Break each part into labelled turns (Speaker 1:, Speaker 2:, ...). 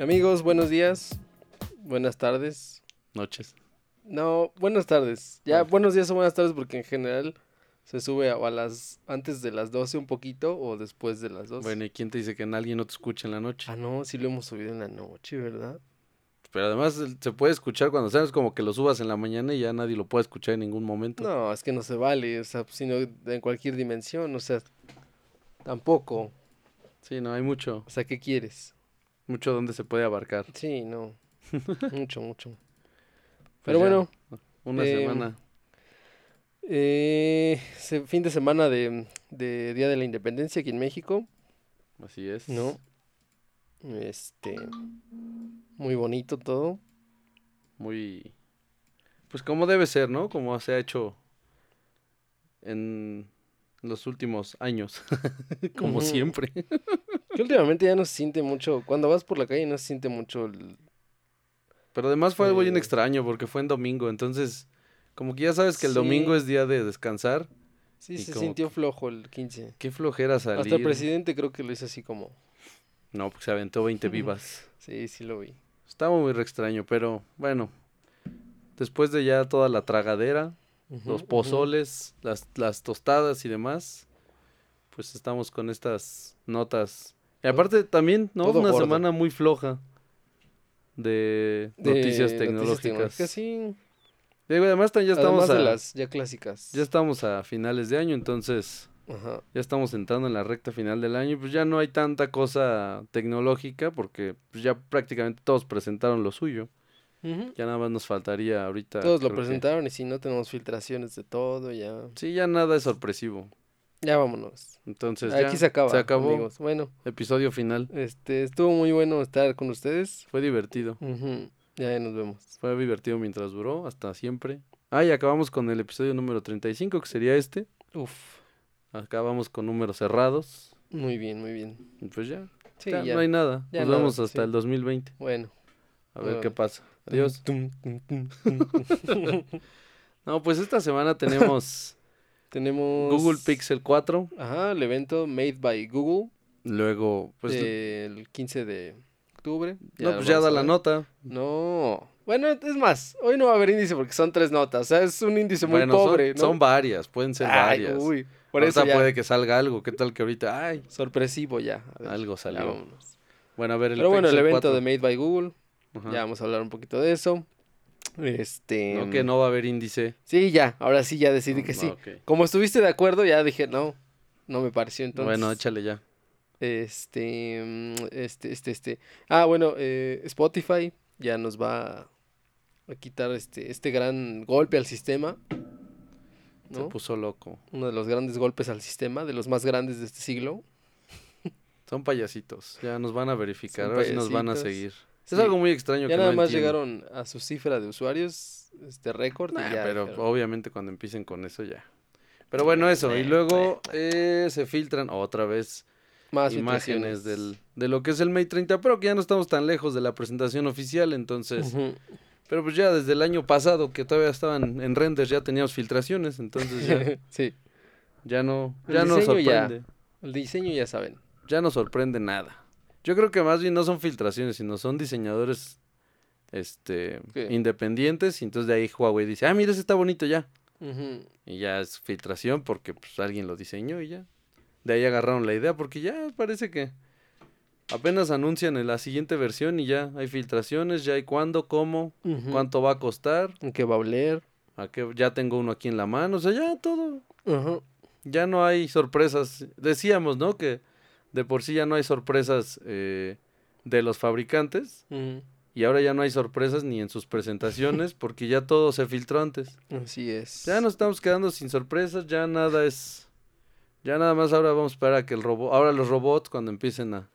Speaker 1: Amigos, buenos días. Buenas tardes.
Speaker 2: Noches.
Speaker 1: No, buenas tardes. Ya,
Speaker 2: Ah.
Speaker 1: buenos días o buenas tardes porque en general se sube a, o a las antes de las 12 un poquito o después de las 12.
Speaker 2: Bueno, ¿y quién te dice que alguien no te escucha en la noche?
Speaker 1: Ah, no, sí lo hemos subido en la noche, ¿verdad?
Speaker 2: Pero además el- se puede escuchar cuando sabes como que lo subas en la mañana y ya nadie lo puede escuchar en ningún momento.
Speaker 1: No, es que no se vale, o sea, pues, sino en cualquier dimensión, o sea, tampoco.
Speaker 2: Sí, no, hay mucho,
Speaker 1: O sea, ¿qué quieres?
Speaker 2: mucho donde se puede abarcar.
Speaker 1: Sí, no. mucho, mucho.
Speaker 2: Pues
Speaker 1: Pero
Speaker 2: ya,
Speaker 1: bueno,
Speaker 2: Una
Speaker 1: eh,
Speaker 2: semana.
Speaker 1: eh, se- fin de semana de, de Día de la Independencia aquí en México.
Speaker 2: Así es.
Speaker 1: No. Este. Muy bonito todo.
Speaker 2: Muy... Pues como debe ser, ¿no? Como se ha hecho en los últimos años. como
Speaker 1: Ujú.
Speaker 2: siempre.
Speaker 1: Que últimamente ya no se siente mucho. Cuando vas por la calle no se siente mucho el.
Speaker 2: Pero además fue algo bien
Speaker 1: Eh.
Speaker 2: extraño porque fue en domingo, entonces como que ya sabes que el
Speaker 1: Sí.
Speaker 2: domingo es día de descansar.
Speaker 1: Sí,
Speaker 2: Y
Speaker 1: se
Speaker 2: como
Speaker 1: sintió flojo el 15.
Speaker 2: Qué flojera salir.
Speaker 1: Hasta el presidente creo que lo hizo así como.
Speaker 2: No, pues se aventó 20 vivas.
Speaker 1: Sí, sí lo vi.
Speaker 2: Estaba muy re extraño, pero bueno. Después de ya toda la tragadera, los
Speaker 1: Ujú,
Speaker 2: pozoles, las, las tostadas y demás, pues estamos con estas notas. Y aparte también, ¿no?
Speaker 1: todo
Speaker 2: Una
Speaker 1: gordo.
Speaker 2: semana muy floja de,
Speaker 1: ujú. De
Speaker 2: noticias tecnológicas.
Speaker 1: sí.
Speaker 2: Digo, además tan- ya estamos,
Speaker 1: Además
Speaker 2: a,
Speaker 1: de las ya clásicas.
Speaker 2: ya estamos a finales de año, entonces
Speaker 1: Ajá.
Speaker 2: ya estamos entrando en la recta final del año y pues ya no hay tanta cosa tecnológica porque pues, ya prácticamente todos presentaron lo suyo.
Speaker 1: Ujú.
Speaker 2: Ya nada más nos faltaría ahorita.
Speaker 1: Todos lo
Speaker 2: creo que-
Speaker 1: presentaron y si no tenemos filtraciones de todo, ya.
Speaker 2: Sí, ya nada es sorpresivo.
Speaker 1: Ya vámonos.
Speaker 2: Entonces,
Speaker 1: Aquí
Speaker 2: ya,
Speaker 1: se acaba.
Speaker 2: Se acabó.
Speaker 1: amigos. Bueno,
Speaker 2: Episodio final.
Speaker 1: este estuvo muy bueno estar con ustedes.
Speaker 2: Fue divertido.
Speaker 1: Ujú, Ya nos vemos.
Speaker 2: Fue divertido mientras duró, hasta siempre. Ah, y acabamos con el episodio número 35, que sería este.
Speaker 1: Uf,
Speaker 2: Acabamos con números cerrados.
Speaker 1: muy bien, muy bien.
Speaker 2: Y pues ya,
Speaker 1: Sí,
Speaker 2: ya,
Speaker 1: ya.
Speaker 2: no hay nada.
Speaker 1: Ya
Speaker 2: Nos
Speaker 1: nada,
Speaker 2: vemos hasta
Speaker 1: sí.
Speaker 2: el 2020.
Speaker 1: Bueno.
Speaker 2: A ver
Speaker 1: Órale.
Speaker 2: qué pasa. Adiós.
Speaker 1: Tum, tum, tum, tum, tum.
Speaker 2: No, pues esta semana tenemos
Speaker 1: Tenemos
Speaker 2: Google Pixel 4.
Speaker 1: Ajá, el evento Made by Google
Speaker 2: Luego, pues,
Speaker 1: del 15 de octubre.
Speaker 2: no,
Speaker 1: Eh, lo
Speaker 2: pues ya
Speaker 1: vamos
Speaker 2: da
Speaker 1: a
Speaker 2: la
Speaker 1: ver.
Speaker 2: nota.
Speaker 1: No. Bueno, es más, hoy no va a haber índice porque son tres notas. O sea, es un índice muy
Speaker 2: Bueno, son-
Speaker 1: pobre,
Speaker 2: son,
Speaker 1: ¿no?
Speaker 2: varias, pueden ser
Speaker 1: Ay,
Speaker 2: varias.
Speaker 1: uy, por
Speaker 2: Ahorita
Speaker 1: eso ya,
Speaker 2: puede que salga algo. ¿Qué tal que ahorita? Ay,
Speaker 1: sorpresivo ya. A ver,
Speaker 2: algo
Speaker 1: ya
Speaker 2: salió.
Speaker 1: vámonos.
Speaker 2: Bueno, a ver el
Speaker 1: Pero bueno, el
Speaker 2: Pixel
Speaker 1: evento
Speaker 2: 4.
Speaker 1: de Made by Google,
Speaker 2: Ajá.
Speaker 1: ya vamos a hablar un poquito de eso. Este
Speaker 2: No, que no va a haber índice.
Speaker 1: Sí, ya, ahora sí ya decidí
Speaker 2: Ah,
Speaker 1: que sí.
Speaker 2: ok.
Speaker 1: Como estuviste de acuerdo, ya dije, no, no me pareció entonces.
Speaker 2: Bueno, échale ya.
Speaker 1: Este, mm, este, este, este. Ah, bueno, eh, Spotify ya nos va a quitar este, este gran golpe al sistema,
Speaker 2: Se
Speaker 1: ¿no?
Speaker 2: puso loco.
Speaker 1: Uno de los grandes golpes al sistema, de los más grandes de este siglo.
Speaker 2: Son payasitos. Ya nos van a verificar.
Speaker 1: Son
Speaker 2: ahora sí nos van a
Speaker 1: payasitos.
Speaker 2: seguir.
Speaker 1: Sí,
Speaker 2: Es algo muy extraño
Speaker 1: Ya
Speaker 2: que
Speaker 1: nada
Speaker 2: no
Speaker 1: más
Speaker 2: entiendo.
Speaker 1: llegaron a su cifra de usuarios, este récord. y
Speaker 2: Nah,
Speaker 1: ya
Speaker 2: pero oh,
Speaker 1: dijeron,
Speaker 2: obviamente cuando empiecen con eso ya. Pero bueno, eso. Y
Speaker 1: Nah,
Speaker 2: luego eh, se filtran otra vez
Speaker 1: más filtraciones.
Speaker 2: imágenes del, de lo que es el Mate 30 Pro, que ya no estamos tan lejos de la presentación oficial, entonces...
Speaker 1: Ujú.
Speaker 2: Pero pues ya desde el año pasado, que todavía estaban en renders, ya teníamos filtraciones, entonces ya,
Speaker 1: sí,
Speaker 2: ya no,
Speaker 1: El
Speaker 2: ya no
Speaker 1: diseño ya.
Speaker 2: sorprende.
Speaker 1: el diseño ya saben.
Speaker 2: ya no sorprende nada. Yo creo que más bien no son filtraciones, sino son diseñadores este
Speaker 1: ¿Qué?
Speaker 2: independientes y entonces de ahí Huawei dice, "Ah, mira, ese está bonito ya."
Speaker 1: Ujú.
Speaker 2: Y ya es filtración porque pues alguien lo diseñó y ya. De ahí agarraron la idea porque ya parece que apenas anuncian en la siguiente versión y ya hay filtraciones, ya hay cuándo, cómo,
Speaker 1: Ujú.
Speaker 2: cuánto va a costar,
Speaker 1: Que va a oler.
Speaker 2: a qué ya tengo uno aquí en la mano, o sea, ya todo
Speaker 1: Ujú.
Speaker 2: ya no hay sorpresas. Decíamos, ¿no? Que de por sí ya no hay sorpresas eh, de los fabricantes
Speaker 1: Ujú.
Speaker 2: y ahora ya no hay sorpresas ni en sus presentaciones porque ya todo se filtró antes.
Speaker 1: Así es.
Speaker 2: Ya nos estamos quedando sin sorpresas, ya nada es... Ya nada más ahora vamos a esperar a que el robot... Ahora los robots cuando empiecen a,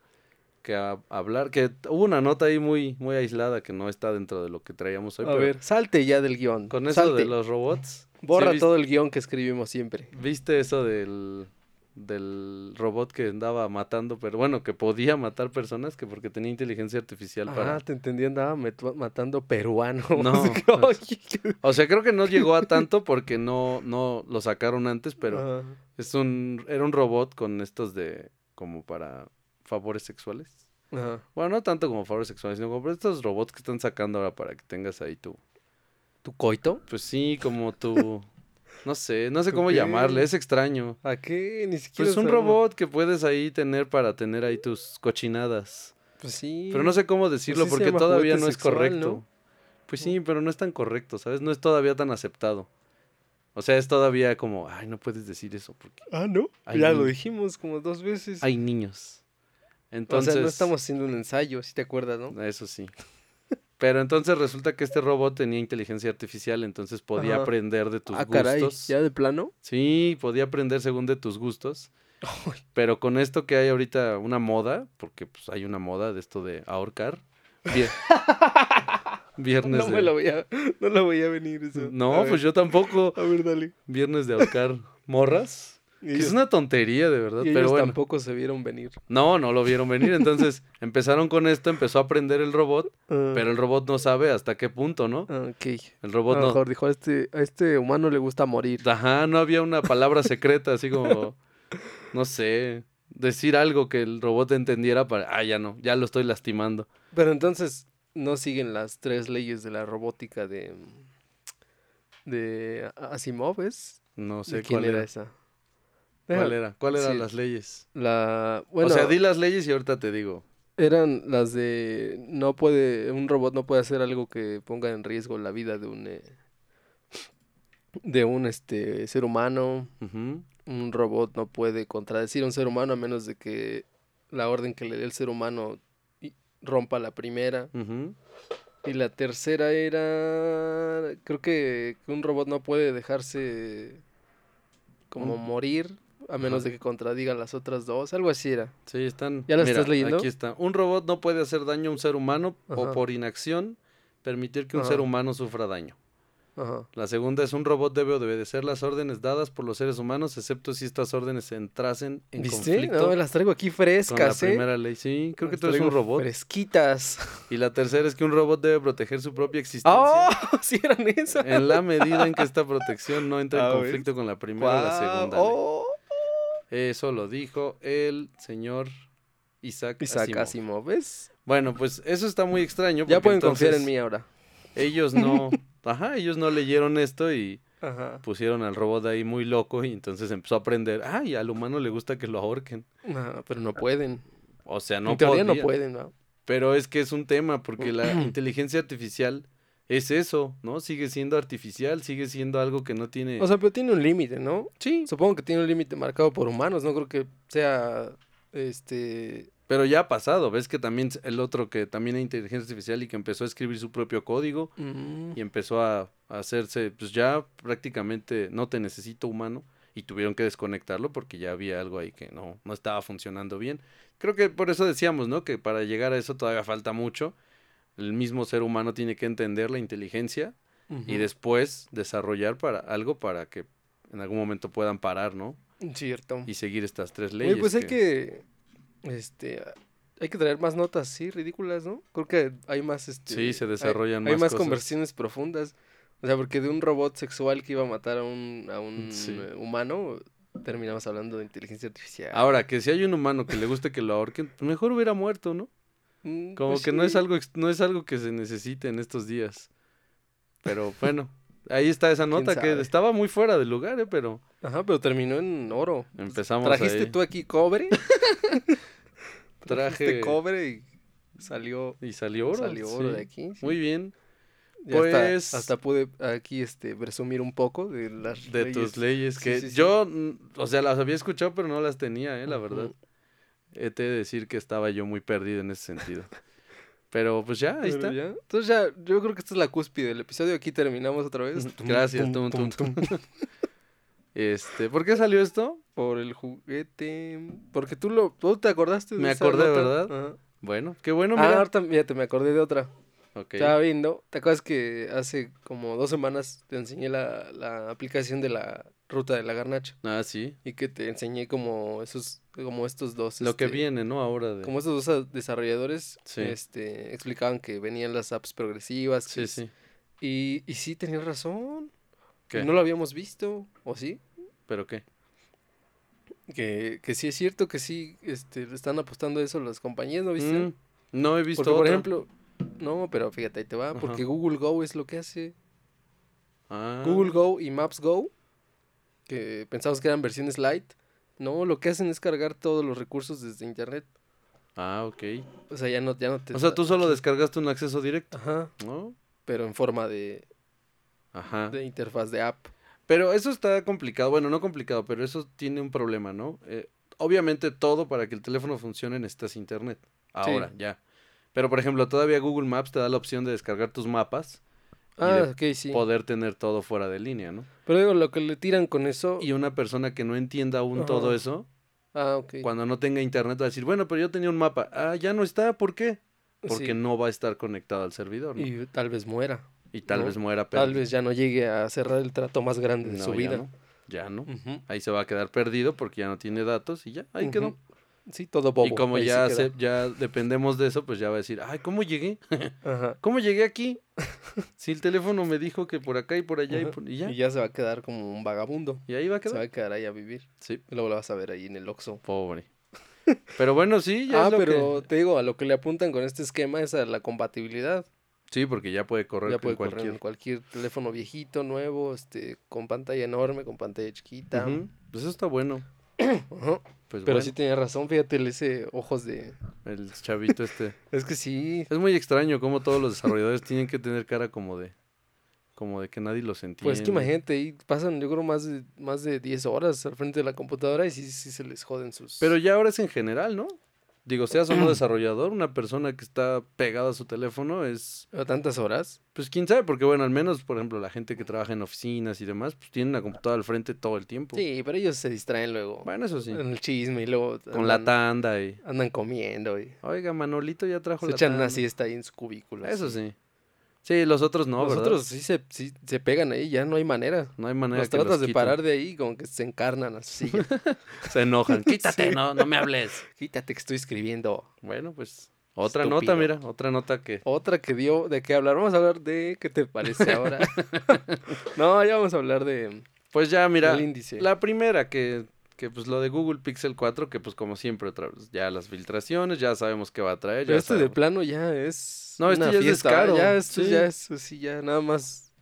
Speaker 2: que a hablar... Que hubo una nota ahí muy, muy aislada que no está dentro de lo que traíamos hoy.
Speaker 1: a ver, salte ya del guión.
Speaker 2: Con eso
Speaker 1: salte.
Speaker 2: de los robots... ¿sí
Speaker 1: Borra
Speaker 2: viste-
Speaker 1: todo el guión que escribimos siempre.
Speaker 2: ¿Viste eso del, del robot que andaba matando, pero bueno, que podía matar personas, que porque tenía inteligencia artificial para...
Speaker 1: Ah, te entendí, andaba metu- matando peruanos.
Speaker 2: No.
Speaker 1: pues. Oye.
Speaker 2: O sea, creo que no llegó a tanto porque no, no lo sacaron antes, pero
Speaker 1: Ajá.
Speaker 2: es un, era un robot con estos de, como para favores sexuales.
Speaker 1: Ajá.
Speaker 2: Bueno, no tanto como favores sexuales, sino como estos robots que están sacando ahora para que tengas ahí tu.
Speaker 1: ¿Tu coito?
Speaker 2: Pues sí, como tu. No sé, no sé cómo
Speaker 1: Ok.
Speaker 2: llamarle, es extraño.
Speaker 1: ¿A qué? Ni siquiera.
Speaker 2: Pues es un
Speaker 1: sabemos.
Speaker 2: robot que puedes ahí tener para tener ahí tus cochinadas.
Speaker 1: Pues sí.
Speaker 2: Pero no sé cómo decirlo
Speaker 1: pues sí se
Speaker 2: porque
Speaker 1: llama
Speaker 2: todavía
Speaker 1: juguete
Speaker 2: no es
Speaker 1: sexual,
Speaker 2: correcto.
Speaker 1: ¿no?
Speaker 2: Pues sí, pero no es tan correcto, ¿sabes? No es todavía tan aceptado. O sea, es todavía como, ay, no puedes decir eso porque
Speaker 1: Ah, ¿no?
Speaker 2: Ay,
Speaker 1: ya
Speaker 2: no.
Speaker 1: lo dijimos como dos veces.
Speaker 2: hay niños.
Speaker 1: o
Speaker 2: Entonces,
Speaker 1: sea, no estamos haciendo un ensayo, si te acuerdas, ¿no?
Speaker 2: Eso sí. Pero entonces resulta que este robot tenía inteligencia artificial, entonces podía
Speaker 1: Ajá.
Speaker 2: aprender de tus
Speaker 1: ah,
Speaker 2: gustos.
Speaker 1: caray, ¿ya de plano?
Speaker 2: Sí, podía aprender según de tus gustos. Pero con esto que hay ahorita una moda, porque pues hay una moda de esto de ahorcar. vie- Viernes
Speaker 1: No
Speaker 2: de...
Speaker 1: me lo voy a, no lo voy a venir eso.
Speaker 2: No, pues yo tampoco.
Speaker 1: A ver, dale.
Speaker 2: Viernes de ahorcar morras.
Speaker 1: Y
Speaker 2: que
Speaker 1: ellos,
Speaker 2: es una tontería, de verdad.
Speaker 1: y
Speaker 2: pero
Speaker 1: ellos
Speaker 2: bueno.
Speaker 1: tampoco se vieron venir.
Speaker 2: No, no lo vieron venir. Entonces empezaron con esto, empezó a aprender el robot.
Speaker 1: Ah,
Speaker 2: Pero el robot no sabe hasta qué punto, ¿no?
Speaker 1: ah, ok.
Speaker 2: El
Speaker 1: A
Speaker 2: robot
Speaker 1: lo
Speaker 2: no.
Speaker 1: mejor dijo, a este, a este humano le gusta morir.
Speaker 2: Ajá, no había una palabra secreta, así como, no sé, decir algo que el robot entendiera para, ah, ya no, ya lo estoy lastimando.
Speaker 1: Pero entonces, ¿no siguen las tres leyes de la robótica de, de A- Asimov? ¿Es?
Speaker 2: No
Speaker 1: ¿De
Speaker 2: sé
Speaker 1: quién
Speaker 2: cuál
Speaker 1: era
Speaker 2: era.
Speaker 1: esa?
Speaker 2: ¿Cuál
Speaker 1: Deja-
Speaker 2: era? ¿Cuál eran
Speaker 1: sí.
Speaker 2: las leyes?
Speaker 1: La, bueno,
Speaker 2: o sea, di las leyes y ahorita te digo.
Speaker 1: eran las de no puede, un robot no puede hacer algo que ponga en riesgo la vida de un eh, de un este ser humano.
Speaker 2: Ujú.
Speaker 1: Un robot no puede contradecir a un ser humano a menos de que la orden que le dé el ser humano y- rompa la primera.
Speaker 2: Ujú.
Speaker 1: Y la tercera era, creo que que un robot no puede dejarse como
Speaker 2: Mm.
Speaker 1: morir a menos de que contradiga las otras dos, algo así era.
Speaker 2: Sí, están.
Speaker 1: ¿Ya las estás leyendo?
Speaker 2: Aquí está. Un robot no puede hacer daño a un ser humano o
Speaker 1: Ajá.
Speaker 2: por inacción permitir que un
Speaker 1: Ajá.
Speaker 2: ser humano sufra daño.
Speaker 1: Ajá.
Speaker 2: La segunda es un robot debe obedecer las órdenes dadas por los seres humanos, excepto si estas órdenes se entracen en
Speaker 1: ¿Viste?
Speaker 2: conflicto
Speaker 1: No, las traigo aquí
Speaker 2: con la
Speaker 1: frescas, ¿eh?
Speaker 2: primera ley. Sí, creo que
Speaker 1: Las
Speaker 2: tú eres un
Speaker 1: traigo
Speaker 2: robot.
Speaker 1: Fresquitas.
Speaker 2: Y la tercera es que un robot debe proteger su propia existencia
Speaker 1: ¡Oh! Sí eran esas.
Speaker 2: en la medida en que esta protección no entra
Speaker 1: A
Speaker 2: en
Speaker 1: ver.
Speaker 2: conflicto con la primera o la
Speaker 1: Guau,
Speaker 2: segunda. ley.
Speaker 1: oh.
Speaker 2: Eso lo dijo el señor Isaac,
Speaker 1: Isaac
Speaker 2: Asimov.
Speaker 1: Asimov, ¿ves?
Speaker 2: Bueno, pues eso está muy extraño.
Speaker 1: Ya
Speaker 2: porque
Speaker 1: pueden confiar en
Speaker 2: entonces
Speaker 1: mí ahora.
Speaker 2: Ellos no, ajá, ellos no leyeron esto y
Speaker 1: Ajá.
Speaker 2: pusieron al robot ahí muy loco y entonces empezó a aprender. Ay, al humano le gusta que lo ahorquen.
Speaker 1: No, pero no pueden.
Speaker 2: O sea, no
Speaker 1: En teoría no
Speaker 2: podía.
Speaker 1: pueden, ¿no?
Speaker 2: Pero es que es un tema, porque la inteligencia artificial es eso, ¿no? Sigue siendo artificial, sigue siendo algo que no tiene...
Speaker 1: O sea, pero tiene un límite, ¿no?
Speaker 2: sí,
Speaker 1: Supongo que tiene un límite marcado por humanos, no creo que sea este
Speaker 2: pero ya ha pasado. Ves que también s- el otro que también es inteligencia artificial y que empezó a escribir su propio código
Speaker 1: mm,
Speaker 2: y empezó a, a hacerse, pues ya prácticamente no te necesito humano y tuvieron que desconectarlo porque ya había algo ahí que no, no estaba funcionando bien. Creo que por eso decíamos, ¿no? Que para llegar a eso todavía falta mucho. El mismo ser humano tiene que entender la inteligencia y
Speaker 1: ujú.
Speaker 2: después desarrollar para algo para que en algún momento puedan parar, ¿no?
Speaker 1: cierto.
Speaker 2: Y seguir estas tres
Speaker 1: Oye,
Speaker 2: leyes.
Speaker 1: pues hay que este hay que traer más notas, sí, ridículas, ¿no? Creo que hay más este
Speaker 2: Sí, se
Speaker 1: hay-
Speaker 2: desarrollan
Speaker 1: hay,
Speaker 2: más
Speaker 1: más
Speaker 2: cosas.
Speaker 1: conversiones profundas. O sea, porque de un robot sexual que iba a matar a un a un
Speaker 2: Sí.
Speaker 1: eh, humano terminamos hablando de inteligencia artificial.
Speaker 2: Ahora, que si hay un humano que le guste que lo ahorquen, pues mejor hubiera muerto, ¿no?
Speaker 1: Mm,
Speaker 2: Como
Speaker 1: pues
Speaker 2: que no es
Speaker 1: sí.
Speaker 2: algo ex- no es algo que se necesite en estos días. Pero bueno, ahí está esa
Speaker 1: ¿Quién
Speaker 2: nota que
Speaker 1: sabe?
Speaker 2: estaba muy fuera del lugar, ¿eh? pero
Speaker 1: Ajá, pero terminó en oro.
Speaker 2: empezamos
Speaker 1: Pues ¿Trajiste
Speaker 2: ahí.
Speaker 1: tú aquí cobre? Trajiste
Speaker 2: Traje
Speaker 1: cobre y salió
Speaker 2: y salió oro.
Speaker 1: salió oro de
Speaker 2: sí.
Speaker 1: aquí. sí.
Speaker 2: Muy bien,
Speaker 1: Ya hasta-
Speaker 2: pues-
Speaker 1: hasta, pude aquí este presumir un poco de las
Speaker 2: de
Speaker 1: leyes.
Speaker 2: tus leyes
Speaker 1: Sí,
Speaker 2: que
Speaker 1: sí, sí.
Speaker 2: yo, mm, o sea, las había escuchado, pero no las tenía, ¿eh? La verdad.
Speaker 1: Ujú.
Speaker 2: He de decir que estaba yo muy perdido en ese sentido. Pero pues ya, ahí
Speaker 1: Pero
Speaker 2: está.
Speaker 1: ya. Entonces ya, yo creo que esta es la cúspide del episodio. Aquí terminamos otra vez. Tum,
Speaker 2: Gracias,
Speaker 1: tum,
Speaker 2: Mm, tum,
Speaker 1: tum, tum.
Speaker 2: Este, ¿por qué salió esto?
Speaker 1: Por el juguete. Porque tú lo, tú te acordaste de
Speaker 2: Me
Speaker 1: esa
Speaker 2: acordé,
Speaker 1: nota?
Speaker 2: ¿verdad?
Speaker 1: Ajá.
Speaker 2: Bueno, qué bueno,
Speaker 1: ah,
Speaker 2: mira.
Speaker 1: ahorita, fíjate, me acordé de otra.
Speaker 2: Ok.
Speaker 1: Estaba viendo. ¿Te acuerdas que hace como dos semanas te enseñé la, la aplicación de la ruta de la garnacha?
Speaker 2: Ah, sí.
Speaker 1: Y que te enseñé como esos, como estos dos.
Speaker 2: Lo que
Speaker 1: este,
Speaker 2: viene, ¿no? Ahora de...
Speaker 1: como estos dos desarrolladores
Speaker 2: Sí.
Speaker 1: este, explicaban que venían las apps progresivas. que
Speaker 2: Sí,
Speaker 1: es-
Speaker 2: sí.
Speaker 1: Y, y sí, tenían razón.
Speaker 2: ¿Qué?
Speaker 1: No lo habíamos visto, ¿o sí?
Speaker 2: ¿Pero qué?
Speaker 1: Que, que sí es cierto que sí este, le están apostando a eso las compañías, ¿no viste?
Speaker 2: Mm, no he visto
Speaker 1: Porque, por
Speaker 2: otro.
Speaker 1: ejemplo, no, pero fíjate, ahí te va,
Speaker 2: Ajá.
Speaker 1: porque Google Go es lo que hace.
Speaker 2: Ah,
Speaker 1: Google Go y Maps Go, que pensamos que eran versiones light, no, lo que hacen es cargar todos los recursos desde internet.
Speaker 2: Ah, ok.
Speaker 1: O sea, ya no, ya no te.
Speaker 2: O sea,
Speaker 1: da-
Speaker 2: tú solo descargaste un acceso directo,
Speaker 1: Ajá,
Speaker 2: ¿no?
Speaker 1: pero en forma de,
Speaker 2: Ajá.
Speaker 1: de interfaz de app.
Speaker 2: Pero eso está complicado, bueno, no complicado, pero eso tiene un problema, ¿no? Eh, obviamente todo para que el teléfono funcione necesitas internet. Ahora, ya. Pero por ejemplo, todavía Google Maps te da la opción de descargar tus mapas,
Speaker 1: Ah,
Speaker 2: de
Speaker 1: ok, sí.
Speaker 2: poder tener todo fuera de línea, ¿no?
Speaker 1: Pero digo, lo que le tiran con eso.
Speaker 2: Y una persona que no entienda aún
Speaker 1: Ajá.
Speaker 2: todo eso,
Speaker 1: Ah, ok.
Speaker 2: cuando no tenga internet va a decir, bueno, pero yo tenía un mapa. Ah, ya no está, ¿por qué? Porque
Speaker 1: sí,
Speaker 2: no va a estar conectado al servidor, ¿no? Y,
Speaker 1: Y tal vez muera.
Speaker 2: tal
Speaker 1: no,
Speaker 2: vez muera, pero
Speaker 1: Tal vez ya no llegue a cerrar el trato más grande de
Speaker 2: no,
Speaker 1: su
Speaker 2: ya
Speaker 1: vida.
Speaker 2: no, Ya no.
Speaker 1: Ujú,
Speaker 2: Ahí se va a quedar perdido porque ya no tiene datos y ya, ahí
Speaker 1: ujú.
Speaker 2: quedó.
Speaker 1: Sí, todo bobo.
Speaker 2: Y como
Speaker 1: ahí se
Speaker 2: ya,
Speaker 1: queda.
Speaker 2: se- ya dependemos de eso, pues ya va a decir, ay, ¿cómo llegué?
Speaker 1: Ajá.
Speaker 2: ¿Cómo llegué aquí? Si el teléfono me dijo que por acá y por allá y,
Speaker 1: Ajá.
Speaker 2: por- y ya.
Speaker 1: Y ya se va a quedar como un vagabundo.
Speaker 2: Y ahí va a
Speaker 1: Se va
Speaker 2: quedar.
Speaker 1: a quedar ahí a vivir.
Speaker 2: Sí,
Speaker 1: Y luego la vas a ver ahí en el Oxxo.
Speaker 2: pobre. Pero bueno, sí, ya
Speaker 1: Ah,
Speaker 2: es lo
Speaker 1: pero
Speaker 2: que-
Speaker 1: te digo, a lo que le apuntan con este esquema es a la compatibilidad.
Speaker 2: Sí, porque ya puede correr
Speaker 1: ya
Speaker 2: con
Speaker 1: puede
Speaker 2: cualquier...
Speaker 1: correr en cualquier teléfono viejito, nuevo, este, con pantalla enorme, con pantalla chiquita.
Speaker 2: Ujú, Pues eso está bueno.
Speaker 1: Ajá.
Speaker 2: Pues
Speaker 1: Pero
Speaker 2: bueno,
Speaker 1: sí tenía razón, fíjate, le ese ojos de...
Speaker 2: el chavito este.
Speaker 1: Es que sí,
Speaker 2: Es muy extraño cómo todos los desarrolladores tienen que tener cara como de... Como de que nadie los entiende.
Speaker 1: pues que imagínate, ahí pasan yo creo más de, más de 10 horas al frente de la computadora y sí, sí se les joden sus...
Speaker 2: Pero ya ahora es en general, ¿no? Digo, seas o no desarrollador, una persona que está pegada a su teléfono es...
Speaker 1: ¿A tantas horas?
Speaker 2: Pues quién sabe, porque bueno, al menos, por ejemplo, la gente que trabaja en oficinas y demás, pues tienen la computadora al frente todo el tiempo.
Speaker 1: Sí, pero ellos se distraen luego
Speaker 2: Bueno, eso sí.
Speaker 1: en el chisme y luego
Speaker 2: Con la
Speaker 1: andan-
Speaker 2: tanda y.
Speaker 1: andan comiendo y
Speaker 2: Oiga, Manolito ya trajo
Speaker 1: se
Speaker 2: la
Speaker 1: echan
Speaker 2: tanda.
Speaker 1: una siesta ahí en su cubículo.
Speaker 2: Eso
Speaker 1: así.
Speaker 2: sí. Sí, los otros no,
Speaker 1: Los
Speaker 2: ¿verdad?
Speaker 1: otros sí se, sí se pegan ahí, ya no hay manera.
Speaker 2: No hay manera
Speaker 1: Los
Speaker 2: que
Speaker 1: tratas de
Speaker 2: quiten.
Speaker 1: parar de ahí, como que se encarnan así.
Speaker 2: Se enojan. Quítate, no, no me hables.
Speaker 1: Quítate que estoy escribiendo.
Speaker 2: Bueno, pues. Otra nota,
Speaker 1: Estúpido.
Speaker 2: mira, otra nota que.
Speaker 1: Otra que dio de qué hablar. Vamos a hablar de qué te parece ahora. no, ya vamos a hablar de
Speaker 2: Pues ya, mira.
Speaker 1: del índice.
Speaker 2: La primera que, que pues lo de Google Pixel 4, que pues como siempre otra vez, ya las filtraciones, ya sabemos qué va a traer.
Speaker 1: Pero
Speaker 2: ya
Speaker 1: este de
Speaker 2: sabemos.
Speaker 1: plano ya es.
Speaker 2: No, este
Speaker 1: una
Speaker 2: ya es
Speaker 1: fiesta,
Speaker 2: descaro,
Speaker 1: Ya, esto
Speaker 2: sí.
Speaker 1: ya es así, ya nada más.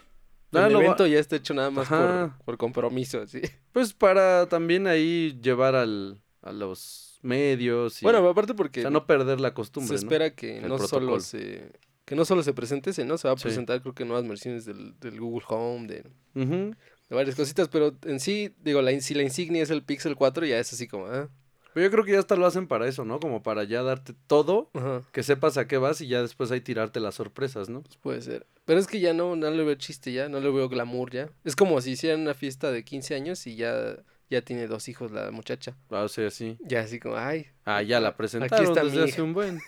Speaker 2: Nada,
Speaker 1: el
Speaker 2: lo va-
Speaker 1: evento ya está hecho nada más por,
Speaker 2: Ajá.
Speaker 1: por compromiso. así.
Speaker 2: Pues para también ahí llevar al, a los medios y
Speaker 1: Bueno, aparte porque
Speaker 2: o sea, no perder la costumbre,
Speaker 1: se
Speaker 2: ¿no?
Speaker 1: espera que
Speaker 2: El
Speaker 1: no solo
Speaker 2: protocolo.
Speaker 1: se. Que no solo se presente ese, ¿no? Se va a
Speaker 2: Sí.
Speaker 1: presentar, creo que nuevas versiones del, del Google Home, de, de
Speaker 2: Ujú.
Speaker 1: varias cositas, pero en sí, digo, la, in- si la insignia es el Pixel 4, ya es así como, ah,
Speaker 2: Pero yo creo que ya hasta lo hacen para eso, ¿no? Como para ya darte todo,
Speaker 1: ajá.
Speaker 2: que sepas a qué vas y ya después ahí tirarte las sorpresas, ¿no?
Speaker 1: pues Puede ser. Pero es que ya no, no le veo chiste ya, no le veo glamour ya. Es como si hicieran una fiesta de 15 años y ya, ya tiene dos hijos la muchacha.
Speaker 2: Ah, O sea, sí.
Speaker 1: Ya así como, ay.
Speaker 2: Ah, ya la
Speaker 1: aquí
Speaker 2: presentaron
Speaker 1: está mi
Speaker 2: desde hace
Speaker 1: hija.
Speaker 2: un buen.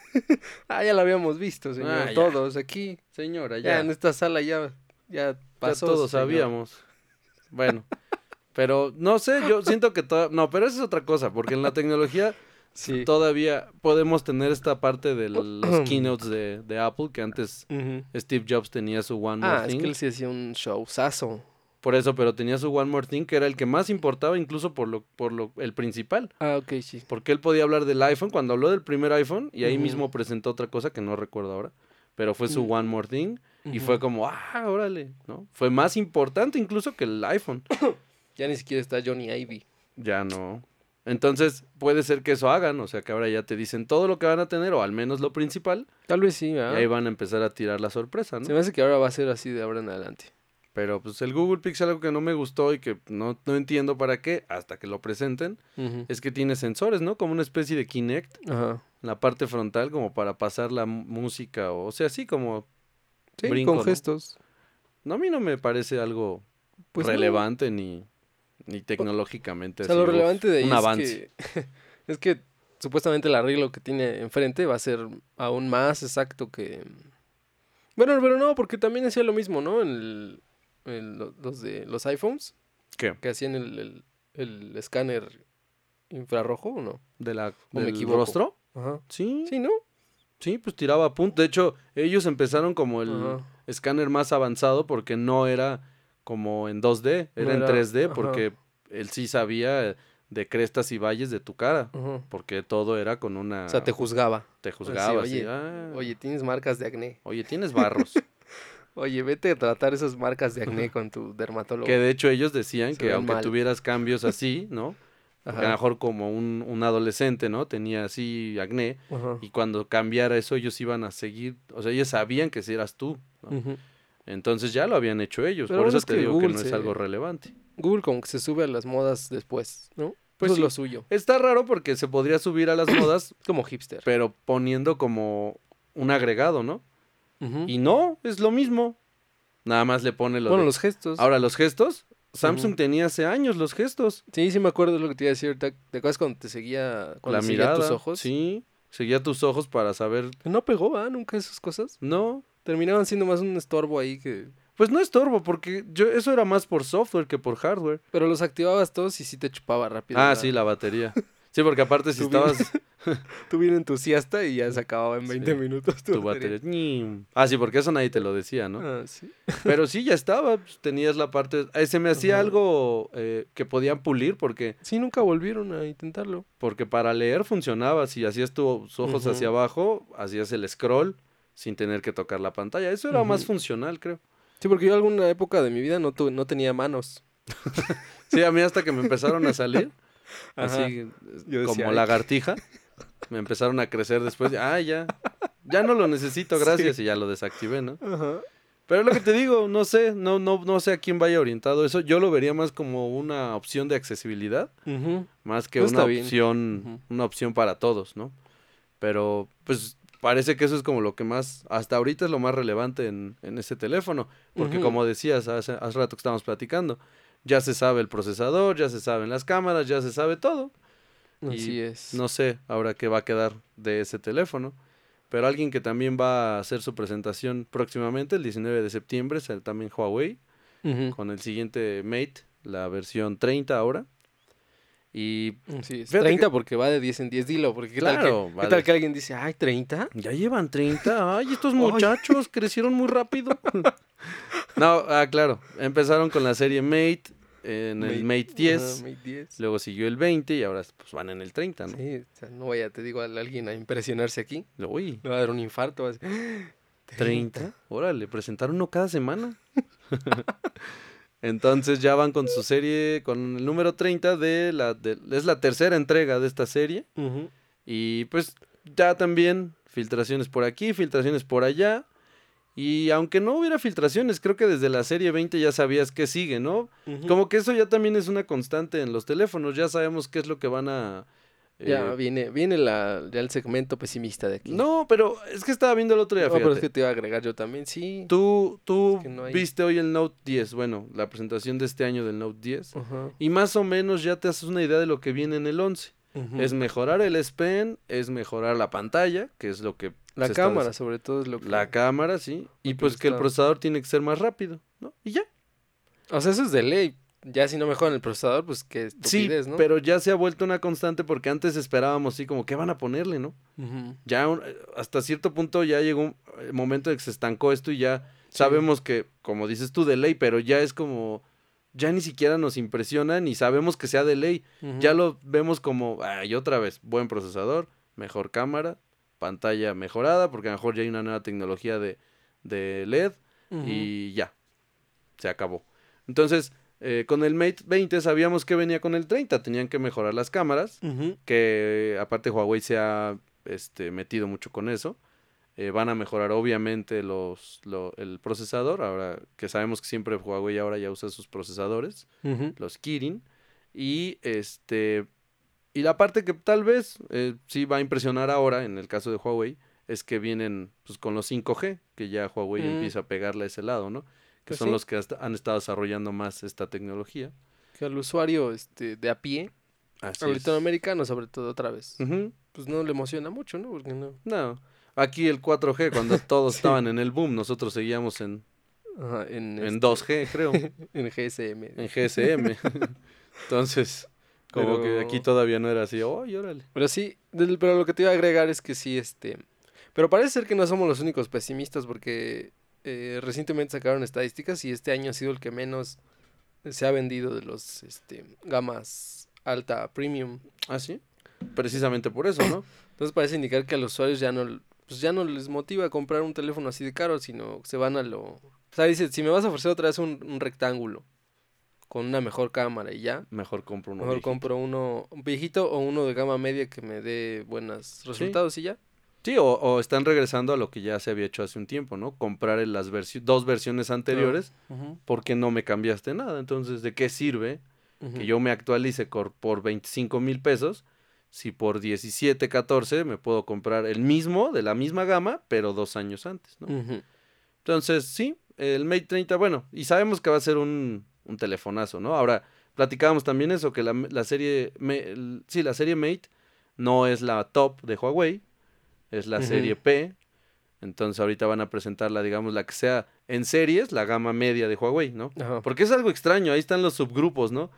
Speaker 1: Ah, ya la habíamos visto, señor.
Speaker 2: Ah, ya.
Speaker 1: todos aquí.
Speaker 2: Señora,
Speaker 1: Ya,
Speaker 2: ya,
Speaker 1: en
Speaker 2: ya,
Speaker 1: esta sala ya, ya pasó.
Speaker 2: todos
Speaker 1: señor.
Speaker 2: sabíamos. Bueno, pero no sé, yo siento que toda... No, pero eso es otra cosa, porque en la tecnología
Speaker 1: Sí.
Speaker 2: todavía podemos tener esta parte de los keynotes de, de Apple que antes...
Speaker 1: Ujú.
Speaker 2: Steve Jobs tenía su One More
Speaker 1: Ah, es
Speaker 2: Thing.
Speaker 1: que él sí hacía un showzazo.
Speaker 2: Por eso, pero tenía su One More Thing, que era el que más importaba, incluso por lo, por lo, el principal.
Speaker 1: Ah, ok, sí.
Speaker 2: Porque él podía hablar del iPhone cuando habló del primer iPhone, y ahí
Speaker 1: Ujú.
Speaker 2: mismo presentó otra cosa que no recuerdo ahora. Pero fue su
Speaker 1: Mm.
Speaker 2: One More Thing. Y
Speaker 1: Ujú.
Speaker 2: fue como, ah, órale, ¿no? Fue más importante incluso que el iPhone.
Speaker 1: Ya ni siquiera está Johnny Ivy.
Speaker 2: ya no. Entonces, puede ser que eso hagan, o sea que ahora ya te dicen todo lo que van a tener, o al menos lo principal,
Speaker 1: Tal vez sí, ¿verdad?
Speaker 2: y ahí van a empezar a tirar la sorpresa, ¿no?
Speaker 1: Ah. Se me hace que ahora va a ser así de ahora en adelante.
Speaker 2: Pero pues el Google Pixel algo que no me gustó y que no, no entiendo para qué hasta que lo presenten
Speaker 1: Ujú.
Speaker 2: es que tiene sensores, ¿no? Como una especie de Kinect
Speaker 1: Ajá.
Speaker 2: en la parte frontal como para pasar la mu- música o, o sea, así como...
Speaker 1: Sí,
Speaker 2: Brinco,
Speaker 1: con
Speaker 2: ¿no?
Speaker 1: gestos.
Speaker 2: No, a mí no me parece algo
Speaker 1: Pues no.
Speaker 2: relevante ni, ni tecnológicamente.
Speaker 1: O sea,
Speaker 2: así,
Speaker 1: lo
Speaker 2: uf,
Speaker 1: relevante de ahí
Speaker 2: Un
Speaker 1: es
Speaker 2: avance.
Speaker 1: que es que supuestamente el arreglo que tiene enfrente va a ser aún más exacto que bueno, pero no, porque también hacía lo mismo, ¿no? En el- en lo- los de los iPhones
Speaker 2: ¿Qué?
Speaker 1: que hacían el, el- el escáner infrarrojo, ¿o no?
Speaker 2: ¿De la,
Speaker 1: me
Speaker 2: ¿Del
Speaker 1: equivoco?
Speaker 2: rostro?
Speaker 1: Ajá.
Speaker 2: Sí, sí,
Speaker 1: Sí, ¿no?
Speaker 2: pues tiraba punto. De hecho, ellos empezaron como el
Speaker 1: Ajá.
Speaker 2: escáner más avanzado porque no era como en 2D, era
Speaker 1: No
Speaker 2: en
Speaker 1: era-
Speaker 2: 3D
Speaker 1: ajá.
Speaker 2: porque él sí sabía de crestas y valles de tu cara.
Speaker 1: Ujú.
Speaker 2: Porque todo era con una...
Speaker 1: O sea, te juzgaba.
Speaker 2: te juzgaba.
Speaker 1: Sí,
Speaker 2: así,
Speaker 1: oye,
Speaker 2: "Ah, oye.
Speaker 1: Oye, tienes marcas de acné.
Speaker 2: tienes barros.
Speaker 1: Oye, vete a tratar esas marcas de acné con tu dermatólogo.
Speaker 2: que de hecho ellos decían
Speaker 1: Se
Speaker 2: que
Speaker 1: ven
Speaker 2: aunque
Speaker 1: mal.
Speaker 2: tuvieras cambios así, ¿no? Porque a
Speaker 1: Ajá.
Speaker 2: lo mejor como un, un adolescente, ¿no? Tenía así acné.
Speaker 1: Ajá.
Speaker 2: Y cuando cambiara eso, ellos iban a seguir. O sea, ellos sabían que si eras tú. ¿no?
Speaker 1: Ujú.
Speaker 2: Entonces ya lo habían hecho ellos.
Speaker 1: Pero
Speaker 2: por
Speaker 1: bueno,
Speaker 2: eso
Speaker 1: es
Speaker 2: te
Speaker 1: que
Speaker 2: digo
Speaker 1: Google
Speaker 2: que no es
Speaker 1: se-
Speaker 2: algo relevante.
Speaker 1: Google como que se sube a las modas después, ¿no?
Speaker 2: Pues
Speaker 1: Pues
Speaker 2: sí.
Speaker 1: es lo suyo.
Speaker 2: Está raro porque se podría subir a las modas,
Speaker 1: Como hipster.
Speaker 2: pero poniendo como un agregado, ¿no?
Speaker 1: Ujú.
Speaker 2: Y no, es lo mismo. Nada más le pone lo
Speaker 1: bueno,
Speaker 2: de-
Speaker 1: los gestos.
Speaker 2: Ahora, los gestos. Samsung
Speaker 1: Ujú.
Speaker 2: tenía hace años los gestos.
Speaker 1: Sí, sí me acuerdo lo que te iba a decir. ¿Te, te acuerdas cuando te seguía, cuando
Speaker 2: la
Speaker 1: seguía
Speaker 2: mirada.
Speaker 1: tus ojos?
Speaker 2: Sí. Seguía tus ojos para saber.
Speaker 1: No pegó, ¿va? Nunca esas cosas.
Speaker 2: No.
Speaker 1: Terminaban siendo más un estorbo ahí que...
Speaker 2: Pues no estorbo, porque yo, eso era más por software que por hardware.
Speaker 1: Pero los activabas todos y sí te chupaba rápido.
Speaker 2: Ah, sí, la batería. Sí, porque aparte si
Speaker 1: Tu vida-
Speaker 2: estabas
Speaker 1: Tú bien entusiasta y ya se acababa en 20
Speaker 2: Sí.
Speaker 1: minutos tu,
Speaker 2: tu batería. ñim. Ah, sí, porque eso nadie te lo decía, ¿no?
Speaker 1: Ah, sí.
Speaker 2: Pero sí, ya estaba. pues, Tenías la parte. eh, se me hacía
Speaker 1: Ajá.
Speaker 2: algo eh, que podían pulir porque,
Speaker 1: Sí, nunca volvieron a intentarlo.
Speaker 2: porque para leer funcionaba. Si hacías tus ojos
Speaker 1: Ujú.
Speaker 2: hacia abajo, hacías el scroll sin tener que tocar la pantalla. Eso era más
Speaker 1: Ujú.
Speaker 2: funcional, creo.
Speaker 1: Sí, porque yo alguna época de mi vida no, tuve, no tenía manos.
Speaker 2: Sí, a mí hasta que me empezaron a salir,
Speaker 1: Ajá.
Speaker 2: así eh,
Speaker 1: Yo decía,
Speaker 2: como
Speaker 1: "Ay".
Speaker 2: lagartija, me empezaron a crecer después. de, Ah, ya. Ya no lo necesito, gracias. Y ya lo desactivé, ¿no?
Speaker 1: Ajá.
Speaker 2: Pero es lo que te digo, no sé, no, no, no sé a quién vaya orientado eso. Yo lo vería más como una opción de accesibilidad,
Speaker 1: Ujú.
Speaker 2: más que
Speaker 1: Pues
Speaker 2: una
Speaker 1: está bien.
Speaker 2: opción,
Speaker 1: Ujú.
Speaker 2: una opción para todos, ¿no? Pero, pues, parece que eso es como lo que más, hasta ahorita es lo más relevante en, en ese teléfono. Porque
Speaker 1: Ujú.
Speaker 2: como decías hace, hace rato que estábamos platicando, ya se sabe el procesador, ya se saben las cámaras, ya se sabe todo. Y
Speaker 1: Así es.
Speaker 2: No sé ahora qué va a quedar de ese teléfono. Pero alguien que también va a hacer su presentación próximamente, el 19 de septiembre, será también Huawei,
Speaker 1: Ujú.
Speaker 2: con el siguiente Mate, la versión 30 ahora. Y
Speaker 1: Así es.
Speaker 2: Fíjate que-
Speaker 1: 30 porque va de 10 en 10, dilo. Porque qué,
Speaker 2: Claro,
Speaker 1: tal, que,
Speaker 2: va
Speaker 1: qué tal
Speaker 2: de-
Speaker 1: que alguien dice, ay, 30.
Speaker 2: ya llevan 30. Ay, estos
Speaker 1: Ay.
Speaker 2: muchachos crecieron muy rápido. no, ah, claro. Empezaron con la serie Mate, en el Mate 10,
Speaker 1: Ajá, Mate 10.
Speaker 2: luego siguió el 20 y ahora pues, van en el 30, ¿no?
Speaker 1: Sí, o sea, no vaya, te digo, a alguien a impresionarse aquí.
Speaker 2: Lo- Uy,
Speaker 1: Le va a dar un infarto. va a decir, "Ah,
Speaker 2: 30. Órale, presentaron uno cada semana. Entonces ya van con su serie, con el número 30 de la... de- es la tercera entrega de esta serie.
Speaker 1: Ujú.
Speaker 2: Y pues ya también filtraciones por aquí, filtraciones por allá. Y aunque no hubiera filtraciones, creo que desde la serie 20 ya sabías qué sigue, ¿no?
Speaker 1: Ujú.
Speaker 2: Como que eso ya también es una constante en los teléfonos, ya sabemos qué es lo que van a... eh,
Speaker 1: Ya viene, viene la, ya el segmento pesimista de aquí.
Speaker 2: no, pero es que estaba viendo el otro día,
Speaker 1: No, pero es
Speaker 2: fíjate.
Speaker 1: que te iba a agregar yo también, sí.
Speaker 2: Tú, tú
Speaker 1: Es que no hay-
Speaker 2: viste hoy el Note 10, bueno, la presentación de este año del Note 10.
Speaker 1: Ajá.
Speaker 2: Y más o menos ya te haces una idea de lo que viene en el 11.
Speaker 1: Ujú.
Speaker 2: Es mejorar el S Pen, es mejorar la pantalla, que es lo que...
Speaker 1: la
Speaker 2: se está
Speaker 1: cámara, sobre todo, es lo que...
Speaker 2: La cámara, sí. Y
Speaker 1: que
Speaker 2: pues que el
Speaker 1: está-
Speaker 2: procesador tiene que ser más rápido, ¿no? Y ya.
Speaker 1: O sea, eso es de ley. Ya si no mejoran el procesador, pues qué
Speaker 2: Sí,
Speaker 1: estupidez, ¿no?
Speaker 2: pero ya se ha vuelto una constante porque antes esperábamos, sí, como, ¿qué van a ponerle, no?
Speaker 1: Ujú.
Speaker 2: Ya un- eh, hasta cierto punto ya llegó un el momento de que se estancó esto y ya
Speaker 1: Sí.
Speaker 2: sabemos que, como dices tú, de ley, pero ya es como, ya ni siquiera nos impresiona ni sabemos que sea de ley.
Speaker 1: Ujú.
Speaker 2: Ya lo vemos como, ay, otra vez, buen procesador, mejor cámara, pantalla mejorada, porque a lo mejor ya hay una nueva tecnología de, de E LED
Speaker 1: Ujú.
Speaker 2: y ya, se acabó. Entonces, eh, con el Mate 20 sabíamos que venía con el 30, tenían que mejorar las cámaras,
Speaker 1: Ujú.
Speaker 2: que aparte Huawei se ha este, metido mucho con eso. Eh, van a mejorar obviamente los, lo- el procesador, ahora que sabemos que siempre Huawei ahora ya usa sus procesadores
Speaker 1: Ujú.
Speaker 2: los Kirin. Y este. Y la parte que tal vez eh, sí va a impresionar ahora, en el caso de Huawei, es que vienen pues, con los 5G, que ya Huawei
Speaker 1: Mm.
Speaker 2: empieza a pegarle a ese lado, ¿no? Que
Speaker 1: Pues
Speaker 2: son
Speaker 1: sí.
Speaker 2: los que hasta- han estado desarrollando más esta tecnología.
Speaker 1: Que al usuario este, de a pie,
Speaker 2: Así
Speaker 1: al
Speaker 2: es.
Speaker 1: latinoamericano sobre todo otra vez,
Speaker 2: Ujú,
Speaker 1: pues no le emociona mucho, ¿no? Porque no.
Speaker 2: No. Aquí el 4G, cuando todos
Speaker 1: Sí.
Speaker 2: estaban en el boom, nosotros seguíamos en,
Speaker 1: Ajá, en, Eh.
Speaker 2: en
Speaker 1: este,
Speaker 2: 2G, creo,
Speaker 1: en GSM.
Speaker 2: en GSM. Entonces, como que
Speaker 1: Pero-
Speaker 2: aquí todavía no era así, ¡ay, órale!
Speaker 1: Pero sí, del- pero lo que te iba a agregar es que sí, este... Pero parece ser que no somos los únicos pesimistas porque eh, recientemente sacaron estadísticas y este año ha sido el que menos se ha vendido de los este, gamas alta, premium.
Speaker 2: ¿Ah, sí? Precisamente por eso, ¿no?
Speaker 1: Entonces parece indicar que a los usuarios ya no, pues ya no les motiva comprar un teléfono así de caro, sino se van a lo... O sea, dice, si me vas a ofrecer otra vez un, un rectángulo con una mejor cámara y ya,
Speaker 2: Mejor compro uno.
Speaker 1: mejor
Speaker 2: viejito.
Speaker 1: compro uno un viejito o uno de gama media que me dé buenos resultados y ya.
Speaker 2: Sí, o, o están regresando a lo que ya se había hecho hace un tiempo, ¿no? Comprar en las versi- dos versiones anteriores porque no me cambiaste nada. Entonces, ¿de qué sirve
Speaker 1: Ujú.
Speaker 2: que yo me actualice cor- por 25 mil pesos si por 17, 14 me puedo comprar el mismo, de la misma gama, pero dos años antes, ¿no?
Speaker 1: Ujú.
Speaker 2: Entonces, sí, el Mate 30, bueno, y sabemos que va a ser un, un telefonazo, ¿no? Ahora, platicábamos también eso, que la, la serie, me- el- sí, la serie Mate no es la top de Huawei, es la
Speaker 1: Ujú.
Speaker 2: serie P. Entonces, ahorita van a presentar la, digamos, la que sea en series, la gama media de Huawei, ¿no?
Speaker 1: Ajá.
Speaker 2: Porque es algo extraño, ahí están los subgrupos, ¿no?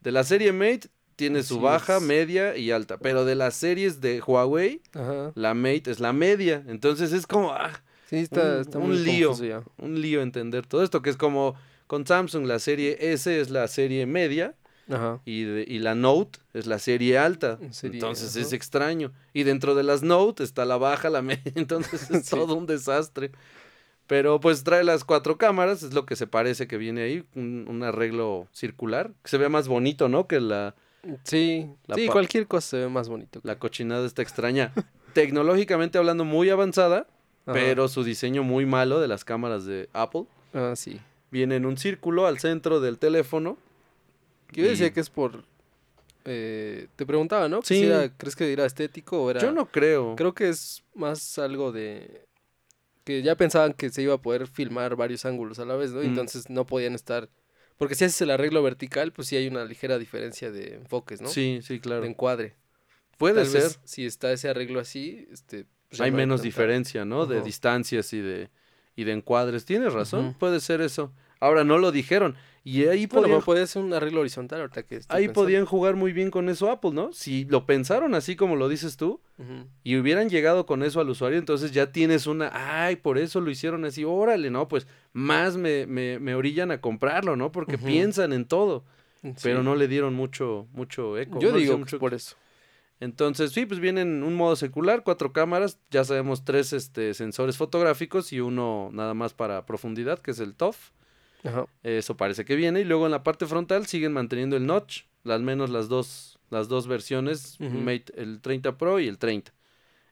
Speaker 2: De la serie Mate tiene su
Speaker 1: Así
Speaker 2: baja,
Speaker 1: es.
Speaker 2: media y alta, pero de las series de Huawei,
Speaker 1: Ajá.
Speaker 2: la Mate es la media. Entonces, es como... ah,
Speaker 1: Sí, está,
Speaker 2: Un-
Speaker 1: está
Speaker 2: un
Speaker 1: muy
Speaker 2: lío.
Speaker 1: confuso ya.
Speaker 2: un lío entender todo esto, que es como con Samsung la serie S es la serie media
Speaker 1: Ajá.
Speaker 2: y, de- y la Note es la serie alta.
Speaker 1: Serie,
Speaker 2: entonces es
Speaker 1: ajá.
Speaker 2: extraño. Y dentro de las Note está la baja, la media, entonces es
Speaker 1: Sí.
Speaker 2: todo un desastre. Pero pues trae las cuatro cámaras, es lo que se parece que viene ahí, un, un arreglo circular, que se vea más bonito, ¿no? Que la,
Speaker 1: Sí,
Speaker 2: La
Speaker 1: sí
Speaker 2: pa-
Speaker 1: cualquier cosa se ve más bonito.
Speaker 2: la cochinada está extraña. Tecnológicamente hablando muy avanzada,
Speaker 1: Ajá.
Speaker 2: pero su diseño muy malo de las cámaras de Apple.
Speaker 1: Ah, sí.
Speaker 2: viene en un círculo al centro del teléfono.
Speaker 1: Yo decía
Speaker 2: Y-
Speaker 1: que es por... eh, te preguntaba, ¿no? Que
Speaker 2: Sí.
Speaker 1: si era- ¿Crees que era estético o era...?
Speaker 2: Yo no creo.
Speaker 1: Creo que es más algo de... Que ya pensaban que se iba a poder filmar varios ángulos a la vez, ¿no?
Speaker 2: Mm.
Speaker 1: Entonces no podían estar... Porque si haces el arreglo vertical, pues sí hay una ligera diferencia de enfoques, ¿no?
Speaker 2: Sí, sí, claro.
Speaker 1: De encuadre.
Speaker 2: Puede
Speaker 1: Tal
Speaker 2: ser.
Speaker 1: vez si está ese arreglo así, este... pues ya
Speaker 2: hay
Speaker 1: no
Speaker 2: menos
Speaker 1: tanta-
Speaker 2: diferencia, ¿no? De
Speaker 1: Ajá.
Speaker 2: distancias y de y de encuadres. Tienes razón,
Speaker 1: Ujú.
Speaker 2: puede ser eso. Ahora no lo dijeron y ahí
Speaker 1: Bueno,
Speaker 2: podían,
Speaker 1: pero podía ser un arreglo horizontal ahorita que estoy
Speaker 2: ahí
Speaker 1: pensando.
Speaker 2: podían jugar muy bien con eso Apple, ¿no? Si lo pensaron así como lo dices tú
Speaker 1: Ujú.
Speaker 2: y hubieran llegado con eso al usuario, entonces ya tienes una, ay, por eso lo hicieron así. Órale, no, pues más me me, me orillan a comprarlo, ¿no? Porque
Speaker 1: Ujú.
Speaker 2: piensan en todo, pero
Speaker 1: Sí.
Speaker 2: no le dieron mucho mucho eco.
Speaker 1: Yo
Speaker 2: no
Speaker 1: digo
Speaker 2: le hicieron
Speaker 1: que
Speaker 2: mucho
Speaker 1: es por eso.
Speaker 2: Entonces, sí, pues vienen un modo circular, cuatro cámaras, ya sabemos tres este, sensores fotográficos y uno nada más para profundidad, que es el TOF.
Speaker 1: Ajá.
Speaker 2: Eso parece que viene. Y luego en la parte frontal siguen manteniendo el notch, al menos las dos, las dos versiones,
Speaker 1: Ujú.
Speaker 2: Mate, el 30 Pro y el 30.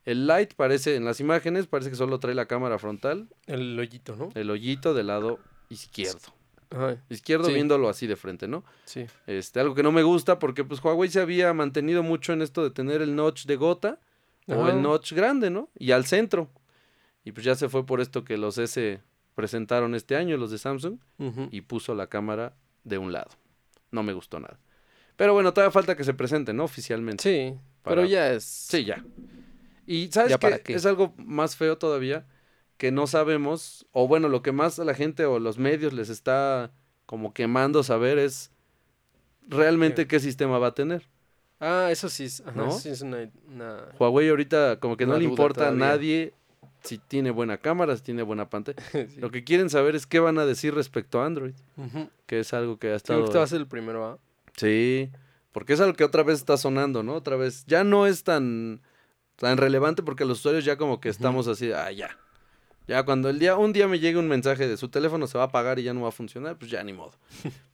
Speaker 2: El Lite parece, en las imágenes, parece que solo trae la cámara frontal,
Speaker 1: El hoyito, ¿no?
Speaker 2: el hoyito del lado izquierdo.
Speaker 1: Ajá.
Speaker 2: Izquierdo
Speaker 1: Sí.
Speaker 2: viéndolo así de frente, ¿no?
Speaker 1: Sí.
Speaker 2: Este, algo que no me gusta porque pues Huawei se había mantenido mucho en esto de tener el notch de gota o
Speaker 1: Ajá.
Speaker 2: el notch grande, ¿no? Y al centro. Y pues ya se fue por esto que los S presentaron este año, los de Samsung,
Speaker 1: Ujú.
Speaker 2: y puso la cámara de un lado. No me gustó nada. Pero bueno, todavía falta que se presente, ¿no? Oficialmente.
Speaker 1: Sí.
Speaker 2: Para-
Speaker 1: Pero ya es.
Speaker 2: Sí, ya. Y sabes
Speaker 1: ¿Ya
Speaker 2: que
Speaker 1: para qué?
Speaker 2: es algo más feo todavía que no sabemos, o bueno, lo que más a la gente o los medios les está como quemando saber es realmente qué sistema va a tener.
Speaker 1: Ah, eso sí es. Ajá,
Speaker 2: ¿No?
Speaker 1: eso sí es una. una-
Speaker 2: Huawei ahorita como que no
Speaker 1: Una
Speaker 2: le
Speaker 1: duda
Speaker 2: importa
Speaker 1: todavía.
Speaker 2: a nadie si tiene buena cámara, si tiene buena pantalla.
Speaker 1: sí.
Speaker 2: Lo que quieren saber es qué van a decir respecto a Android,
Speaker 1: Ujú.
Speaker 2: que es algo que ha
Speaker 1: Sí, creo que
Speaker 2: estado...
Speaker 1: este va a ser el primero, ¿ah?
Speaker 2: Sí, porque es algo que otra vez está sonando, ¿no? Otra vez. Ya no es tan, tan relevante porque los usuarios ya como que
Speaker 1: Ujú.
Speaker 2: estamos así, ah, ya. Ya cuando el día, un día me llegue un mensaje de su teléfono se va a apagar y ya no va a funcionar, pues ya ni modo.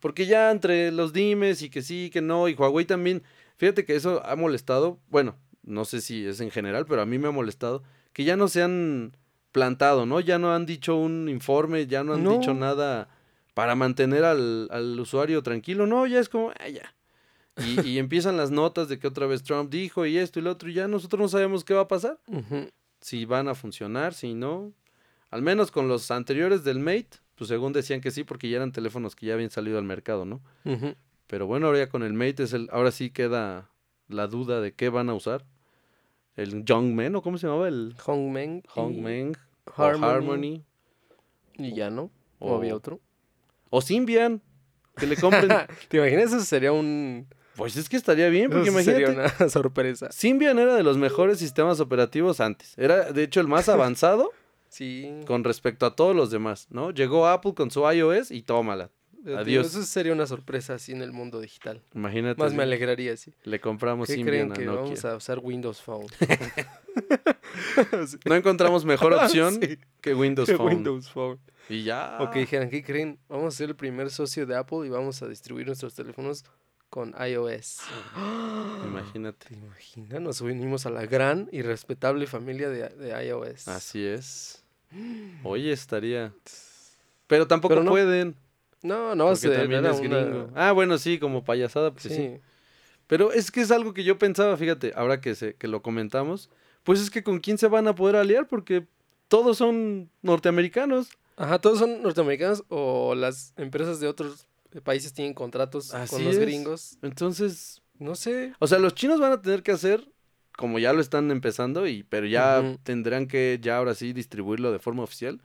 Speaker 2: Porque ya entre los dimes y que sí, que no, y Huawei también, fíjate que eso ha molestado, bueno, no sé si es en general, pero a mí me ha molestado, que ya no se han plantado, ¿no? Ya no han dicho un informe, ya no han
Speaker 1: No.
Speaker 2: dicho nada para mantener al, al usuario tranquilo, no, ya es como, ah, ya. Y, y empiezan las notas de que otra vez Trump dijo y esto y lo otro, y ya nosotros no sabemos qué va a pasar
Speaker 1: Ujú.
Speaker 2: si van a funcionar, si no. Al menos con los anteriores del Mate, pues según decían que sí, porque ya eran teléfonos que ya habían salido al mercado, ¿no?
Speaker 1: Ujú.
Speaker 2: Pero bueno, ahora ya con el Mate es el, ahora sí queda la duda de qué van a usar. El Youngman, ¿o cómo se llamaba? El
Speaker 1: Hongmeng. y
Speaker 2: Hongmen, o
Speaker 1: Harmony.
Speaker 2: Harmony,
Speaker 1: Y ya, ¿no? O,
Speaker 2: O- pues,
Speaker 1: había otro.
Speaker 2: o Symbian, que le compren.
Speaker 1: ¿Te imaginas? Eso sería un.
Speaker 2: pues es que estaría bien, porque
Speaker 1: eso sería
Speaker 2: imagínate.
Speaker 1: una sorpresa.
Speaker 2: Symbian era de los mejores sistemas operativos antes. Era, de hecho, el más avanzado
Speaker 1: Sí.
Speaker 2: con respecto a todos los demás, ¿no? Llegó Apple con su iOS y tómala.
Speaker 1: Pero te digo,
Speaker 2: Adiós.
Speaker 1: Eso sería una sorpresa así en el mundo digital.
Speaker 2: Imagínate.
Speaker 1: Más
Speaker 2: sí.
Speaker 1: me alegraría, sí.
Speaker 2: Le compramos
Speaker 1: ¿Qué
Speaker 2: Symbian
Speaker 1: creen
Speaker 2: a
Speaker 1: que
Speaker 2: Nokia.
Speaker 1: vamos a usar Windows Phone? Sí.
Speaker 2: No encontramos mejor opción
Speaker 1: Sí,
Speaker 2: que Windows Phone.
Speaker 1: Windows Phone.
Speaker 2: Y ya.
Speaker 1: O que dijeran, ¿qué creen? Vamos a ser el primer socio de Apple y vamos a distribuir nuestros teléfonos con iOS.
Speaker 2: Ah. Imagínate.
Speaker 1: ¿Te imaginas? Nos unimos a la gran y respetable familia de, de iOS.
Speaker 2: Así es. Oye, estaría. Pero tampoco
Speaker 1: Pero no,
Speaker 2: pueden.
Speaker 1: No, no,
Speaker 2: Porque
Speaker 1: se
Speaker 2: también
Speaker 1: era
Speaker 2: es
Speaker 1: una-
Speaker 2: gringo. Ah, bueno, sí, como payasada, pues
Speaker 1: Sí.
Speaker 2: sí. Pero es que es algo que yo pensaba, fíjate, ahora que, se, que lo comentamos. Pues es que con quién se van a poder aliar porque todos son norteamericanos.
Speaker 1: Ajá, todos son norteamericanos o las empresas de otros eh, países tienen contratos
Speaker 2: Así
Speaker 1: con los
Speaker 2: es.
Speaker 1: gringos.
Speaker 2: Entonces,
Speaker 1: No sé.
Speaker 2: O sea, los chinos van a tener que hacer, como ya lo están empezando, y, pero ya
Speaker 1: Ujú.
Speaker 2: tendrán que ya ahora sí distribuirlo de forma oficial.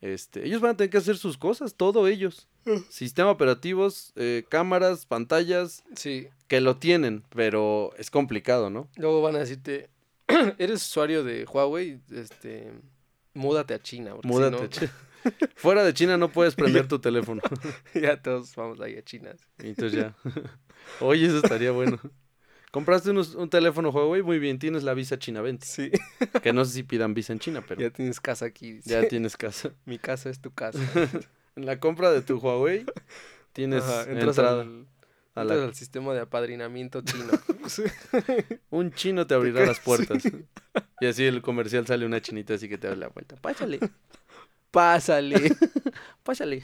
Speaker 2: Este, ellos van a tener que hacer sus cosas, todo ellos. Sistema operativos, eh, cámaras, pantallas,
Speaker 1: Sí.
Speaker 2: que lo tienen, pero es complicado, ¿no?
Speaker 1: Luego van a decirte, eres usuario de Huawei, este, múdate a China. porque si
Speaker 2: Múdate.
Speaker 1: no,
Speaker 2: chi- Fuera de China no puedes prender tu teléfono.
Speaker 1: ya todos vamos ahí a China.
Speaker 2: Entonces ya. Oye, eso estaría bueno. Compraste unos- un teléfono Huawei, muy bien, tienes la visa China 20.
Speaker 1: Sí.
Speaker 2: Que no sé si pidan visa en China, pero
Speaker 1: Ya tienes casa aquí. dice.
Speaker 2: ya tienes casa.
Speaker 1: Mi casa es tu casa.
Speaker 2: En la compra de tu Huawei tienes
Speaker 1: Ajá, entras
Speaker 2: entrada
Speaker 1: al,
Speaker 2: a la-
Speaker 1: entras al sistema de apadrinamiento chino. Sí.
Speaker 2: Un chino te abrirá
Speaker 1: quedas
Speaker 2: las puertas. Y así el comercial sale una chinita así que te da la vuelta. Pásale,
Speaker 1: Pásale.
Speaker 2: pásale.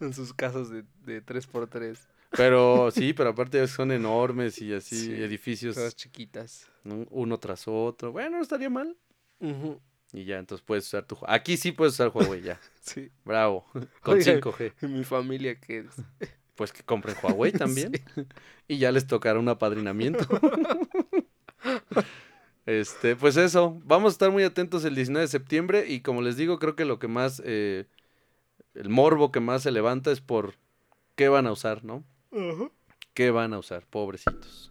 Speaker 1: en sus casas de, de 3x3.
Speaker 2: Pero sí, pero aparte ya son enormes y así
Speaker 1: Sí,
Speaker 2: edificios
Speaker 1: Todas chiquitas.
Speaker 2: ¿no? uno tras otro. Bueno, no estaría mal. Y ya, entonces puedes usar tu... Aquí sí puedes usar Huawei ya.
Speaker 1: Sí.
Speaker 2: Bravo. Con
Speaker 1: Oigan.
Speaker 2: 5G.
Speaker 1: ¿Y mi familia que es?
Speaker 2: Pues que compren Huawei también. Y ya les tocará un apadrinamiento. este, pues eso. Vamos a estar muy atentos el 19 de septiembre. Y como les digo, creo que lo que más. eh, el morbo que más se levanta es por qué van a usar, ¿no? ¿Qué van a usar? Pobrecitos.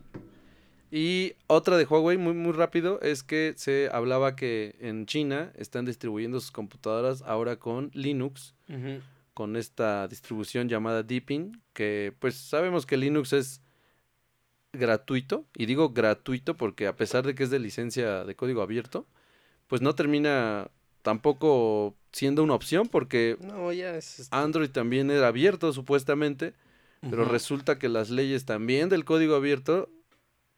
Speaker 2: Y otra de Huawei, muy, muy rápido, es que se hablaba que en China están distribuyendo sus computadoras ahora con Linux
Speaker 1: Ujú.
Speaker 2: con esta distribución llamada Deepin, que pues sabemos que Linux es gratuito, y digo gratuito porque a pesar de que es de licencia de código abierto, pues no termina tampoco siendo una opción porque
Speaker 1: No, ya es. este,
Speaker 2: Android también era abierto supuestamente, Ah, pero
Speaker 1: Ujú.
Speaker 2: resulta que las leyes también del código abierto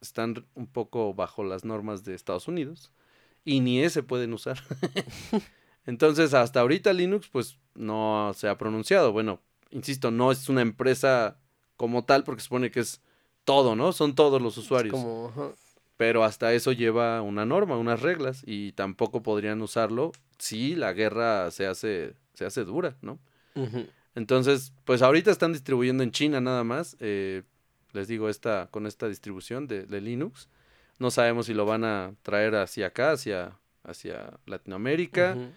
Speaker 2: están un poco bajo las normas de Estados Unidos y ni ese pueden usar. Entonces, hasta ahorita Linux pues no se ha pronunciado. Bueno, insisto, no es una empresa como tal porque supone que es todo, ¿no? Son todos los
Speaker 1: Es
Speaker 2: usuarios.
Speaker 1: como, ajá.
Speaker 2: Pero hasta eso lleva una norma, unas reglas, y tampoco podrían usarlo si la guerra se hace, se hace dura, ¿no?
Speaker 1: Ujú.
Speaker 2: Entonces, pues ahorita están distribuyendo en China nada más. eh, les digo, esta, con esta distribución de, de Linux. No sabemos si lo van a traer hacia acá, hacia, hacia Latinoamérica,
Speaker 1: Ujú.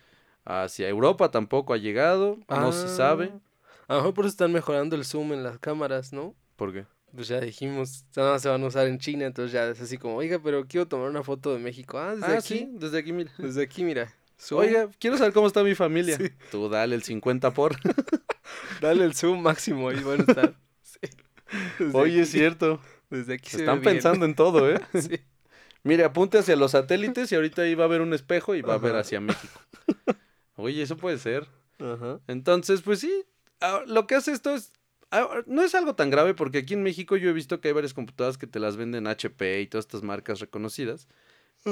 Speaker 2: hacia Europa tampoco ha llegado, no se sabe.
Speaker 1: Ah. A lo mejor por eso están mejorando el zoom en las cámaras, ¿no?
Speaker 2: ¿Por qué?
Speaker 1: Pues ya dijimos, nada más se van a usar en China, entonces ya es así como, oiga, pero quiero tomar una foto de México. Ah, desde
Speaker 2: ah,
Speaker 1: aquí.
Speaker 2: sí, desde aquí, mira.
Speaker 1: Desde aquí, mira. Zoom,
Speaker 2: Oiga, quiero saber cómo está mi familia.
Speaker 1: Sí.
Speaker 2: Tú dale el 50 por.
Speaker 1: dale el zoom máximo y van a estar. Sí. Desde
Speaker 2: Oye, es
Speaker 1: aquí-
Speaker 2: cierto.
Speaker 1: Desde aquí se ve
Speaker 2: Están
Speaker 1: bien.
Speaker 2: pensando en todo, ¿eh?
Speaker 1: Sí.
Speaker 2: Mire, apunte hacia los satélites y ahorita ahí va a haber un espejo y va a ver
Speaker 1: Ajá.
Speaker 2: hacia México. Oye, eso puede ser.
Speaker 1: Ajá.
Speaker 2: Entonces, pues sí, ah, lo que hace esto es, ah, no es algo tan grave porque aquí en México yo he visto que hay varias computadoras que te las venden HP y todas estas marcas reconocidas,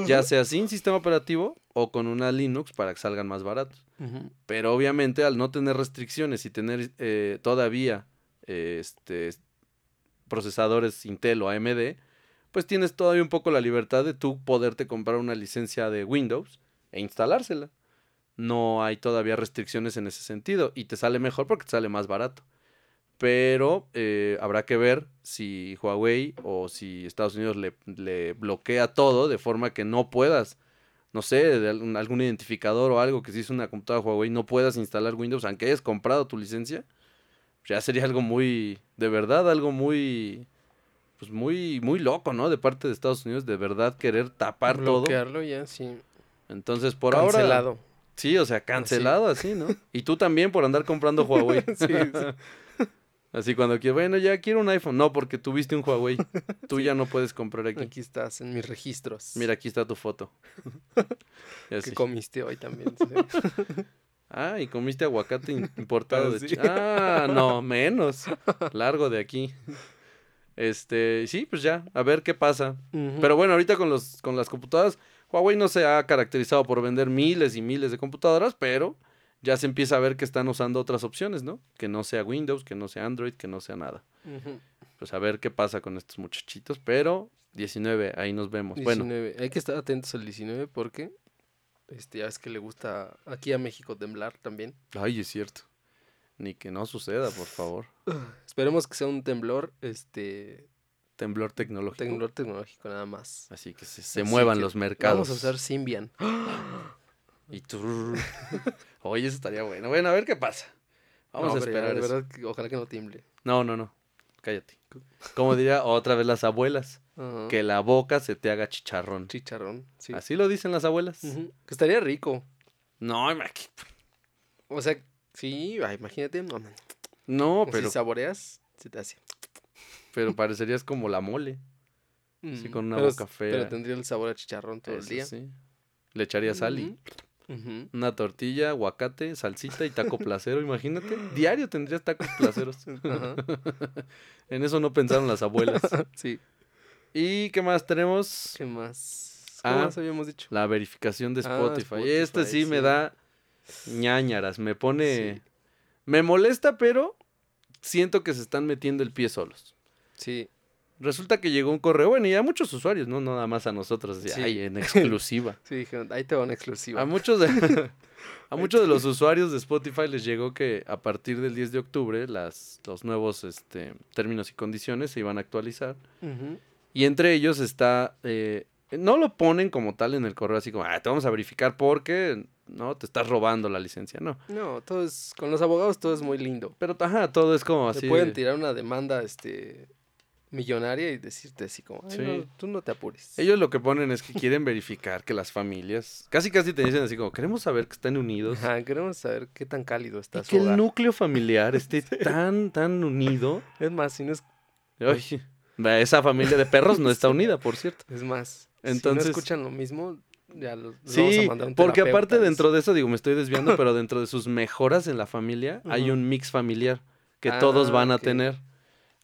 Speaker 2: ya sea sin sistema operativo o con una Linux para que salgan más baratos.
Speaker 1: Ujú.
Speaker 2: Pero obviamente al no tener restricciones y tener eh, todavía eh, este, s- procesadores Intel o AMD, pues tienes todavía un poco la libertad de tú poderte comprar una licencia de Windows e instalársela. No hay todavía restricciones en ese sentido y te sale mejor porque te sale más barato. Pero eh, habrá que ver si Huawei o si Estados Unidos le, le bloquea todo de forma que no puedas no sé, de algún, algún identificador o algo que si es una computadora Huawei no puedas instalar Windows, aunque hayas comprado tu licencia, ya sería algo muy, de verdad, algo muy, pues muy, muy loco, ¿no? De parte de Estados Unidos, de verdad querer tapar todo.
Speaker 1: Bloquearlo ya, sí.
Speaker 2: Entonces, por ahora,
Speaker 1: Cancelado.
Speaker 2: Sí, o sea, cancelado así, ¿no? Y tú también por andar comprando Huawei.
Speaker 1: Sí, sí.
Speaker 2: Así cuando quieres, bueno, ya quiero un iPhone. No, porque tuviste un Huawei. Tú ya no puedes comprar aquí.
Speaker 1: Aquí estás en mis registros.
Speaker 2: Mira, aquí está tu foto. Y así.
Speaker 1: que comiste hoy también. sí.
Speaker 2: Ah, y comiste aguacate im- importado de
Speaker 1: Ah, sí.
Speaker 2: China. Ah, no, menos. Largo de aquí. Este, sí, pues ya, a ver qué pasa.
Speaker 1: Ujú.
Speaker 2: Pero bueno, ahorita con, los, con las computadoras, Huawei no se ha caracterizado por vender miles y miles de computadoras, pero ya se empieza a ver que están usando otras opciones, ¿no? Que no sea Windows, que no sea Android, que no sea nada.
Speaker 1: Ujú.
Speaker 2: Pues a ver qué pasa con estos muchachitos, pero 19, ahí nos vemos. pues Bueno,
Speaker 1: 19. Hay que estar atentos al 19 porque este, ya es que le gusta aquí a México temblar también.
Speaker 2: ay, es cierto. Ni que no suceda, por favor.
Speaker 1: Esperemos que sea un temblor, este,
Speaker 2: Temblor tecnológico.
Speaker 1: temblor tecnológico nada más.
Speaker 2: Así que se, se
Speaker 1: Así
Speaker 2: muevan
Speaker 1: que
Speaker 2: los
Speaker 1: Vamos
Speaker 2: mercados.
Speaker 1: a usar Symbian.
Speaker 2: Y turr. Oye, eso estaría bueno. Bueno, a ver qué pasa. Vamos
Speaker 1: No,
Speaker 2: a
Speaker 1: hombre, ya,
Speaker 2: esperar.
Speaker 1: de
Speaker 2: eso.
Speaker 1: verdad que ojalá que no tiemble.
Speaker 2: No, no, no. Cállate. Como diría otra vez las abuelas,
Speaker 1: Ajá.
Speaker 2: que la boca se te haga chicharrón.
Speaker 1: Chicharrón, sí.
Speaker 2: Así lo dicen las abuelas.
Speaker 1: Ujú. Que estaría rico.
Speaker 2: No, ima- que-
Speaker 1: O sea, sí, ay, imagínate. No, man.
Speaker 2: no,
Speaker 1: O
Speaker 2: pero,
Speaker 1: Si saboreas, se te hace.
Speaker 2: pero parecerías como la mole.
Speaker 1: Mm,
Speaker 2: con una
Speaker 1: pero-
Speaker 2: boca fea.
Speaker 1: Pero tendría el sabor a chicharrón todo el
Speaker 2: Eso
Speaker 1: día.
Speaker 2: sí. Le echarías sal y
Speaker 1: Ujú. Ujú.
Speaker 2: una tortilla, aguacate, salsita y taco placero. Imagínate, diario tendrías tacos placeros.
Speaker 1: Ajá.
Speaker 2: en eso no pensaron las abuelas.
Speaker 1: Sí.
Speaker 2: ¿Y qué más tenemos?
Speaker 1: ¿Qué más? ¿Cómo
Speaker 2: Ah.
Speaker 1: más habíamos dicho?
Speaker 2: La verificación de
Speaker 1: Ah,
Speaker 2: Spotify.
Speaker 1: Spotify,
Speaker 2: este sí, me
Speaker 1: sí.
Speaker 2: da ñañaras, me pone...
Speaker 1: Sí.
Speaker 2: Me molesta, pero siento que se están metiendo el pie solos.
Speaker 1: Sí.
Speaker 2: Resulta que llegó un correo, bueno, y a muchos usuarios, no nada más a nosotros, así,
Speaker 1: Sí.
Speaker 2: ay, en exclusiva.
Speaker 1: Sí, dijeron, ahí te va una
Speaker 2: a
Speaker 1: exclusiva.
Speaker 2: muchos de, a muchos de los usuarios de Spotify les llegó que a partir del 10 de octubre las, los nuevos este, términos y condiciones se iban a actualizar.
Speaker 1: Ujú.
Speaker 2: Y entre ellos está. eh, no lo ponen como tal en el correo, así como, ah, te vamos a verificar porque no te estás robando la licencia, no.
Speaker 1: No, todo es, con los abogados todo es muy lindo.
Speaker 2: Pero, ajá, todo es como así.
Speaker 1: Te pueden tirar una demanda este millonaria y decirte así como, "Ay,
Speaker 2: Sí.
Speaker 1: no, tú no te apures.
Speaker 2: Ellos lo que ponen es que quieren verificar que las familias. Casi, casi te dicen así como, queremos saber que están unidos.
Speaker 1: Ajá, queremos saber qué tan cálido
Speaker 2: Y
Speaker 1: está su
Speaker 2: que el
Speaker 1: hogar".
Speaker 2: núcleo familiar esté tan, tan unido.
Speaker 1: Es más, si no es, Pues
Speaker 2: Ay, esa familia de perros no está unida, por cierto.
Speaker 1: es más,
Speaker 2: Entonces-
Speaker 1: si no escuchan lo mismo, ya los los vamos a
Speaker 2: Sí,
Speaker 1: mandar a un
Speaker 2: porque
Speaker 1: terapeuta,
Speaker 2: aparte
Speaker 1: es-
Speaker 2: dentro de eso, digo, me estoy desviando, pero dentro de sus mejoras en la familia hay
Speaker 1: Ujú.
Speaker 2: un mix familiar que todos
Speaker 1: Ah,
Speaker 2: van a
Speaker 1: ok.
Speaker 2: tener.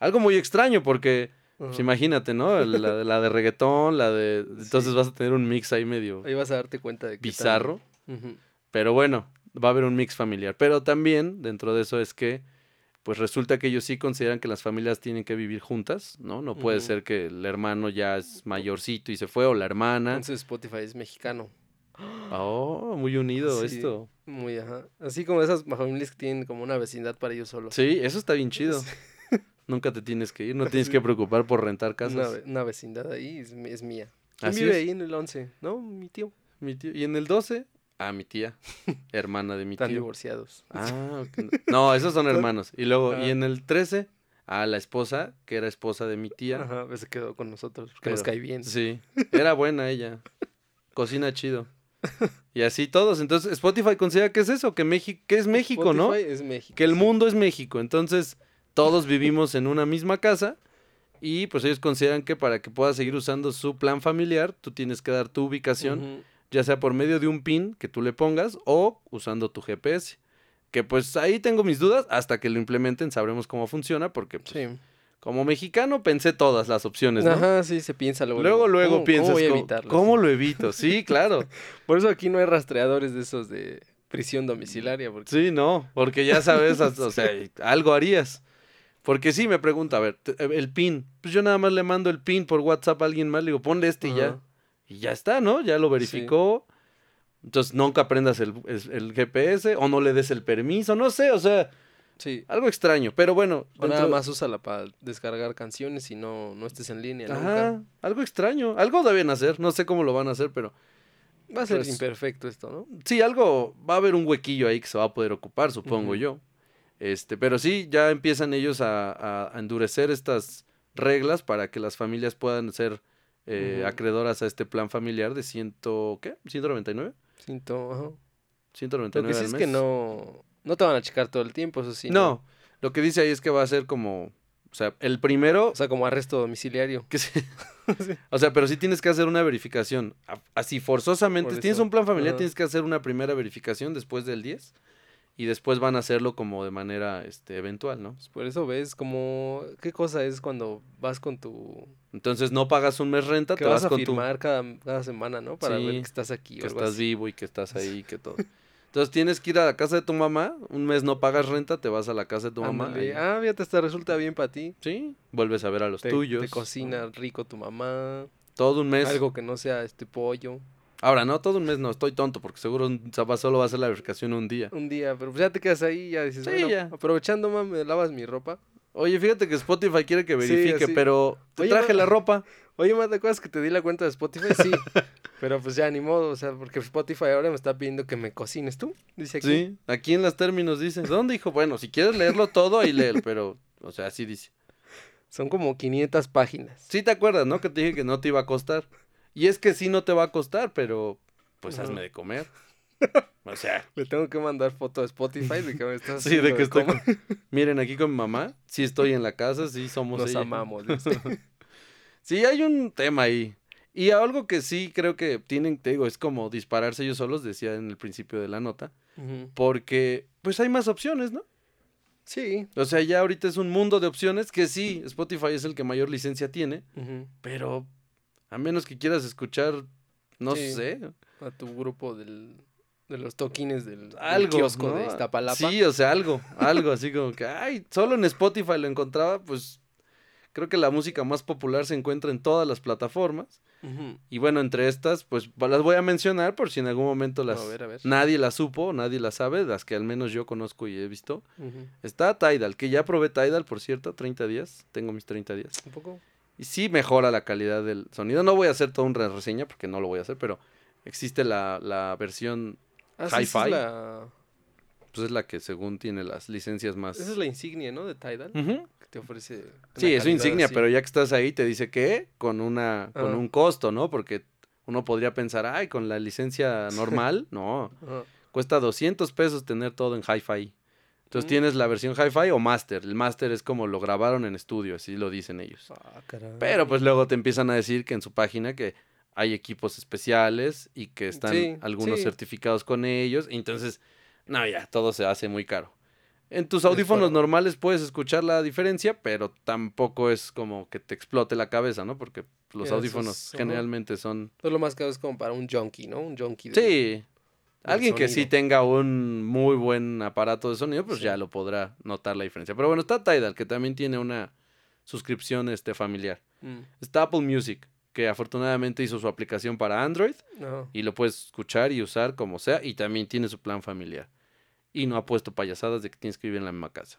Speaker 2: Algo muy extraño porque, pues,
Speaker 1: Ajá.
Speaker 2: imagínate, ¿no? La, de- la de reggaetón, la de... Entonces
Speaker 1: Sí.
Speaker 2: vas a tener un mix ahí medio
Speaker 1: Ahí vas a darte cuenta de qué tan-
Speaker 2: bizarro,
Speaker 1: Ujú.
Speaker 2: pero bueno, va a haber un mix familiar. Pero también dentro de eso es que, pues resulta que ellos sí consideran que las familias tienen que vivir juntas, ¿no? No puede
Speaker 1: Ujú.
Speaker 2: ser que el hermano ya es mayorcito y se fue, o la hermana.
Speaker 1: Entonces Spotify es mexicano.
Speaker 2: Oh, muy unido
Speaker 1: Sí.
Speaker 2: esto.
Speaker 1: Muy, ajá. Así como esas familias que tienen como una vecindad para ellos solos.
Speaker 2: Sí, eso está bien chido.
Speaker 1: Sí.
Speaker 2: Nunca te tienes que ir, no tienes que preocupar por rentar
Speaker 1: Una,
Speaker 2: casas.
Speaker 1: ve- una vecindad ahí es, mi- es mía. ¿Quién
Speaker 2: Así
Speaker 1: vive
Speaker 2: es.
Speaker 1: ahí en el 11? ¿No? Mi tío.
Speaker 2: Mi tío- Y en el 12, ah, mi tía, hermana de mi
Speaker 1: Están
Speaker 2: tío.
Speaker 1: divorciados.
Speaker 2: Ah, ok. no, esos son hermanos. Y luego,
Speaker 1: Ah.
Speaker 2: y en el 13, a la esposa, que era esposa de mi tía.
Speaker 1: Ajá, pues se quedó con nosotros porque nos
Speaker 2: Pero-
Speaker 1: cae bien.
Speaker 2: Sí, era buena ella. Cocina chido. Y así todos. Entonces, Spotify considera que es eso, que, México, que es México, ¿no?
Speaker 1: Spotify es México.
Speaker 2: que el
Speaker 1: sí.
Speaker 2: mundo es México. Entonces, todos vivimos en una misma casa y pues ellos consideran que para que puedas seguir usando su plan familiar, tú tienes que dar tu ubicación,
Speaker 1: Ujú.
Speaker 2: ya sea por medio de un pin que tú le pongas o usando tu GPS. Que pues ahí tengo mis dudas, hasta que lo implementen sabremos cómo funciona, porque pues,
Speaker 1: Sí.
Speaker 2: como mexicano pensé todas las opciones, ¿no?
Speaker 1: Ajá, sí, se piensa luego.
Speaker 2: Luego, luego
Speaker 1: ¿Cómo-
Speaker 2: piensas,
Speaker 1: ¿Cómo voy a
Speaker 2: co-
Speaker 1: evitarlo?
Speaker 2: ¿cómo
Speaker 1: Sí.
Speaker 2: lo evito? Sí, claro.
Speaker 1: Por eso aquí no hay rastreadores de esos de prisión domiciliaria. Porque...
Speaker 2: Sí, no, porque ya sabes, hasta- o sea, algo harías. Porque sí, me pregunta, a ver, te- el pin. Pues yo nada más le mando el pin por WhatsApp a alguien más, le digo, ponle este y ya.
Speaker 1: Ajá.
Speaker 2: Y ya está, ¿no? Ya lo verificó. Entonces nunca aprendas el, es- el GPS o no le des el permiso, no sé, o sea,
Speaker 1: Sí.
Speaker 2: algo extraño. Pero bueno,
Speaker 1: O nada
Speaker 2: dentro-
Speaker 1: más úsala para descargar canciones y no, no estés en línea
Speaker 2: Ajá,
Speaker 1: nunca.
Speaker 2: algo extraño. Algo deben hacer, no sé cómo lo van a hacer, pero
Speaker 1: Va a ser
Speaker 2: Pues-
Speaker 1: imperfecto esto, ¿no?
Speaker 2: sí, algo, va a haber un huequillo ahí que se va a poder ocupar, supongo
Speaker 1: Ujú.
Speaker 2: yo. Este, pero sí, ya empiezan ellos a, a- a endurecer estas reglas para que las familias puedan ser eh,
Speaker 1: Ujú.
Speaker 2: acreedoras a este plan familiar de ciento, ¿qué? ¿199?
Speaker 1: Siento, ajá. Lo
Speaker 2: 199
Speaker 1: que sí
Speaker 2: al
Speaker 1: es
Speaker 2: mes.
Speaker 1: que no, no te van a checar todo el tiempo, eso sí.
Speaker 2: No, lo que dice ahí es que va a ser como, o sea, el primero,
Speaker 1: O sea, como arresto domiciliario.
Speaker 2: que sí. o sea, pero sí tienes que hacer una verificación, a- así forzosamente,
Speaker 1: Por
Speaker 2: si tienes
Speaker 1: eso,
Speaker 2: un plan familiar,
Speaker 1: ajá.
Speaker 2: tienes que hacer una primera verificación después del 10 y después van a hacerlo como de manera este, eventual, ¿no?
Speaker 1: Pues por eso ves como... ¿Qué cosa es cuando vas con tu...
Speaker 2: Entonces no pagas un mes renta,
Speaker 1: Que
Speaker 2: te
Speaker 1: vas,
Speaker 2: vas,
Speaker 1: a
Speaker 2: con
Speaker 1: firmar cada, cada semana, ¿no? Para ver
Speaker 2: Sí,
Speaker 1: que estás aquí o
Speaker 2: tu que
Speaker 1: algo
Speaker 2: estás
Speaker 1: así.
Speaker 2: vivo y que estás ahí, que todo. Entonces tienes que ir a la casa de tu mamá, un mes no pagas renta, te vas a la casa de tu mamá.
Speaker 1: Ándale,
Speaker 2: ahí-
Speaker 1: Ah, fíjate, hasta resulta bien para ti.
Speaker 2: Sí, vuelves a ver a los
Speaker 1: Te,
Speaker 2: tuyos.
Speaker 1: te cocina rico tu mamá.
Speaker 2: Todo un mes.
Speaker 1: Algo que no sea este pollo.
Speaker 2: Ahora, no, todo un mes no, estoy tonto, porque seguro un- sa- va- solo va a ser la verificación un día.
Speaker 1: Un día, pero pues ya te quedas ahí y ya dices,
Speaker 2: Sí,
Speaker 1: bueno,
Speaker 2: ya.
Speaker 1: aprovechando, mamá, me lavas mi ropa.
Speaker 2: Oye, fíjate que Spotify quiere que
Speaker 1: Sí,
Speaker 2: verifique,
Speaker 1: así.
Speaker 2: pero te
Speaker 1: Oye,
Speaker 2: traje
Speaker 1: ma-
Speaker 2: la ropa.
Speaker 1: Oye, ¿más te acuerdas que te di la cuenta de Spotify? Sí. pero pues ya ni modo, o sea, porque Spotify ahora me está pidiendo que me cocines tú. Dice aquí.
Speaker 2: Sí, aquí en los términos dice. ¿Dónde dijo? Bueno, si quieres leerlo todo, ahí léelo, pero, o sea, así dice.
Speaker 1: Son como 500 páginas.
Speaker 2: Sí te acuerdas, ¿no? Que te dije que no te iba a costar. Y es que sí no te va a costar, pero pues
Speaker 1: Ajá.
Speaker 2: hazme de comer. O sea,
Speaker 1: Le tengo que mandar foto a Spotify de que me estás
Speaker 2: sí, de
Speaker 1: haciendo
Speaker 2: que estoy...
Speaker 1: comer.
Speaker 2: con- Miren, aquí con mi mamá, sí estoy en la casa, sí somos
Speaker 1: Nos
Speaker 2: ella.
Speaker 1: amamos. dice.
Speaker 2: Sí, hay un tema ahí. Y algo que sí creo que tienen, te digo, es como dispararse ellos solos, decía en el principio de la nota,
Speaker 1: Ujú.
Speaker 2: porque pues hay más opciones, ¿no?
Speaker 1: sí.
Speaker 2: O sea, ya ahorita es un mundo de opciones que sí, Spotify es el que mayor licencia tiene,
Speaker 1: ujú.
Speaker 2: pero a menos que quieras escuchar, no
Speaker 1: Sí.
Speaker 2: sé,
Speaker 1: A tu grupo del, de los toquines del, del
Speaker 2: algo.
Speaker 1: kiosco
Speaker 2: ¿no?
Speaker 1: de Iztapalapa.
Speaker 2: Sí, o sea, algo, algo así como que, ay, solo en Spotify lo encontraba, pues creo que la música más popular se encuentra en todas las plataformas.
Speaker 1: Ujú.
Speaker 2: Y bueno, entre estas, pues va- las voy a mencionar por si en algún momento las...
Speaker 1: A ver, a ver.
Speaker 2: Nadie las supo, nadie las sabe, las que al menos yo conozco y he visto.
Speaker 1: Ujú.
Speaker 2: Está Tidal, que ya probé Tidal, por cierto, 30 días, tengo mis 30 días.
Speaker 1: Un poco.
Speaker 2: Y sí mejora la calidad del sonido. No voy a hacer toda una reseña porque no lo voy a hacer, pero existe la, la versión,
Speaker 1: Ah, sí, esa es
Speaker 2: Hi-Fi.
Speaker 1: la,
Speaker 2: pues es la que según tiene las licencias más...
Speaker 1: esa es la insignia, ¿no? De Tidal.
Speaker 2: Ujú.
Speaker 1: Que te ofrece. una
Speaker 2: Mm. Sí, es
Speaker 1: calidad
Speaker 2: su insignia,
Speaker 1: así.
Speaker 2: pero ya que estás ahí te dice que con una con
Speaker 1: Ah.
Speaker 2: un costo, ¿no? Porque uno podría pensar, ay, con la licencia normal, no.
Speaker 1: Ajá.
Speaker 2: Cuesta 200 pesos tener todo en hi-fi. Entonces
Speaker 1: Mm.
Speaker 2: tienes la versión hi-fi o master. El master es como lo grabaron en estudio, así lo dicen ellos.
Speaker 1: Ah, caray.
Speaker 2: Pero pues luego te empiezan a decir que en su página que hay equipos especiales y que están
Speaker 1: Sí,
Speaker 2: algunos
Speaker 1: sí.
Speaker 2: certificados con ellos. Entonces, no, ya, todo se hace muy caro. En tus
Speaker 1: Es
Speaker 2: audífonos
Speaker 1: para-
Speaker 2: normales puedes escuchar la diferencia, pero tampoco es como que te explote la cabeza, ¿no? Porque los
Speaker 1: Ya, esos
Speaker 2: audífonos
Speaker 1: son-
Speaker 2: generalmente son
Speaker 1: Todo lo más caro es como para un junkie, ¿no? Un junkie. de-
Speaker 2: Sí. Alguien que sí
Speaker 1: sonido.
Speaker 2: tenga un muy buen aparato de sonido, pues
Speaker 1: Sí.
Speaker 2: ya lo podrá notar la diferencia. Pero bueno, está Tidal, que también tiene una suscripción este, familiar.
Speaker 1: Mm,
Speaker 2: Está Apple Music, que afortunadamente hizo su aplicación para Android
Speaker 1: no.
Speaker 2: y lo puedes escuchar y usar como sea, y también tiene su plan familiar. Y no ha puesto payasadas de que tienes que vivir en la misma casa.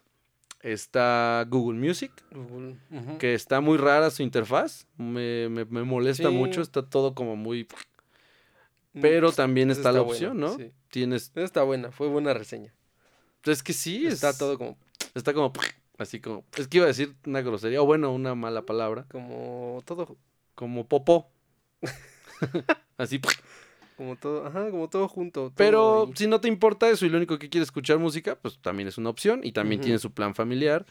Speaker 2: Está Google Music,
Speaker 1: Google, ujú.
Speaker 2: que está muy rara su interfaz. Me, me- me molesta
Speaker 1: Sí.
Speaker 2: mucho, está todo como muy...
Speaker 1: Mm,
Speaker 2: Pero también
Speaker 1: esa
Speaker 2: está, la
Speaker 1: está buena,
Speaker 2: opción, ¿no?
Speaker 1: sí.
Speaker 2: Tienes
Speaker 1: Esa está buena, fue buena reseña.
Speaker 2: Es que sí,
Speaker 1: Está
Speaker 2: es-
Speaker 1: todo como,
Speaker 2: Está como. Así como. Es que iba a decir una grosería, o bueno, una mala palabra.
Speaker 1: como todo,
Speaker 2: Como popó. así.
Speaker 1: como todo, ajá, como todo junto. todo
Speaker 2: Pero pues,
Speaker 1: ahí.
Speaker 2: si no te importa eso y lo único que quieres escuchar música, pues también es una opción. Y también
Speaker 1: Ujú.
Speaker 2: tiene su plan familiar.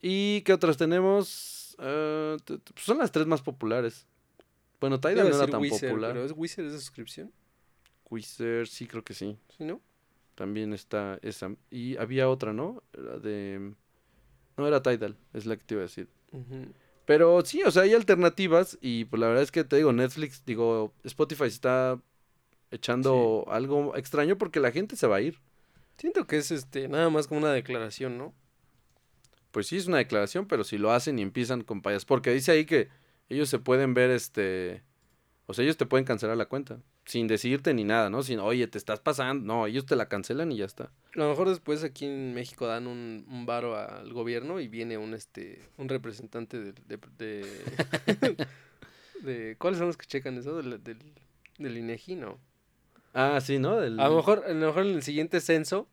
Speaker 2: ¿Y qué otras tenemos? Eh, t- t- pues son las tres más populares. Bueno,
Speaker 1: Iba a
Speaker 2: Tidal no era
Speaker 1: decir
Speaker 2: tan
Speaker 1: Wizard,
Speaker 2: popular.
Speaker 1: Pero es Wizard es de suscripción,
Speaker 2: Quizzer, sí, creo que sí.
Speaker 1: ¿sí no?
Speaker 2: También está esa. Y había otra, ¿no? Era de. No era Tidal, es la que te iba a decir.
Speaker 1: Ujú.
Speaker 2: Pero sí, o sea, hay alternativas y pues la verdad es que te digo, Netflix, digo, Spotify está echando algo extraño porque la gente se va a ir.
Speaker 1: Siento que es este, nada más como una declaración, ¿no?
Speaker 2: Pues sí, es una declaración, pero si lo hacen y empiezan con payas, porque dice ahí que ellos se pueden ver, este, o sea, ellos te pueden cancelar la cuenta sin decirte ni nada, ¿no? Sin, oye, te estás pasando, no, ellos te la cancelan y ya está.
Speaker 1: A lo mejor después aquí en México dan un, un varo al gobierno y viene un este un representante del- de, de, de- ¿cuáles son los que checan eso? Del, del, del INEGI, ¿no?
Speaker 2: Ah, sí, ¿no? Del-
Speaker 1: A lo mejor, a lo mejor en el siguiente censo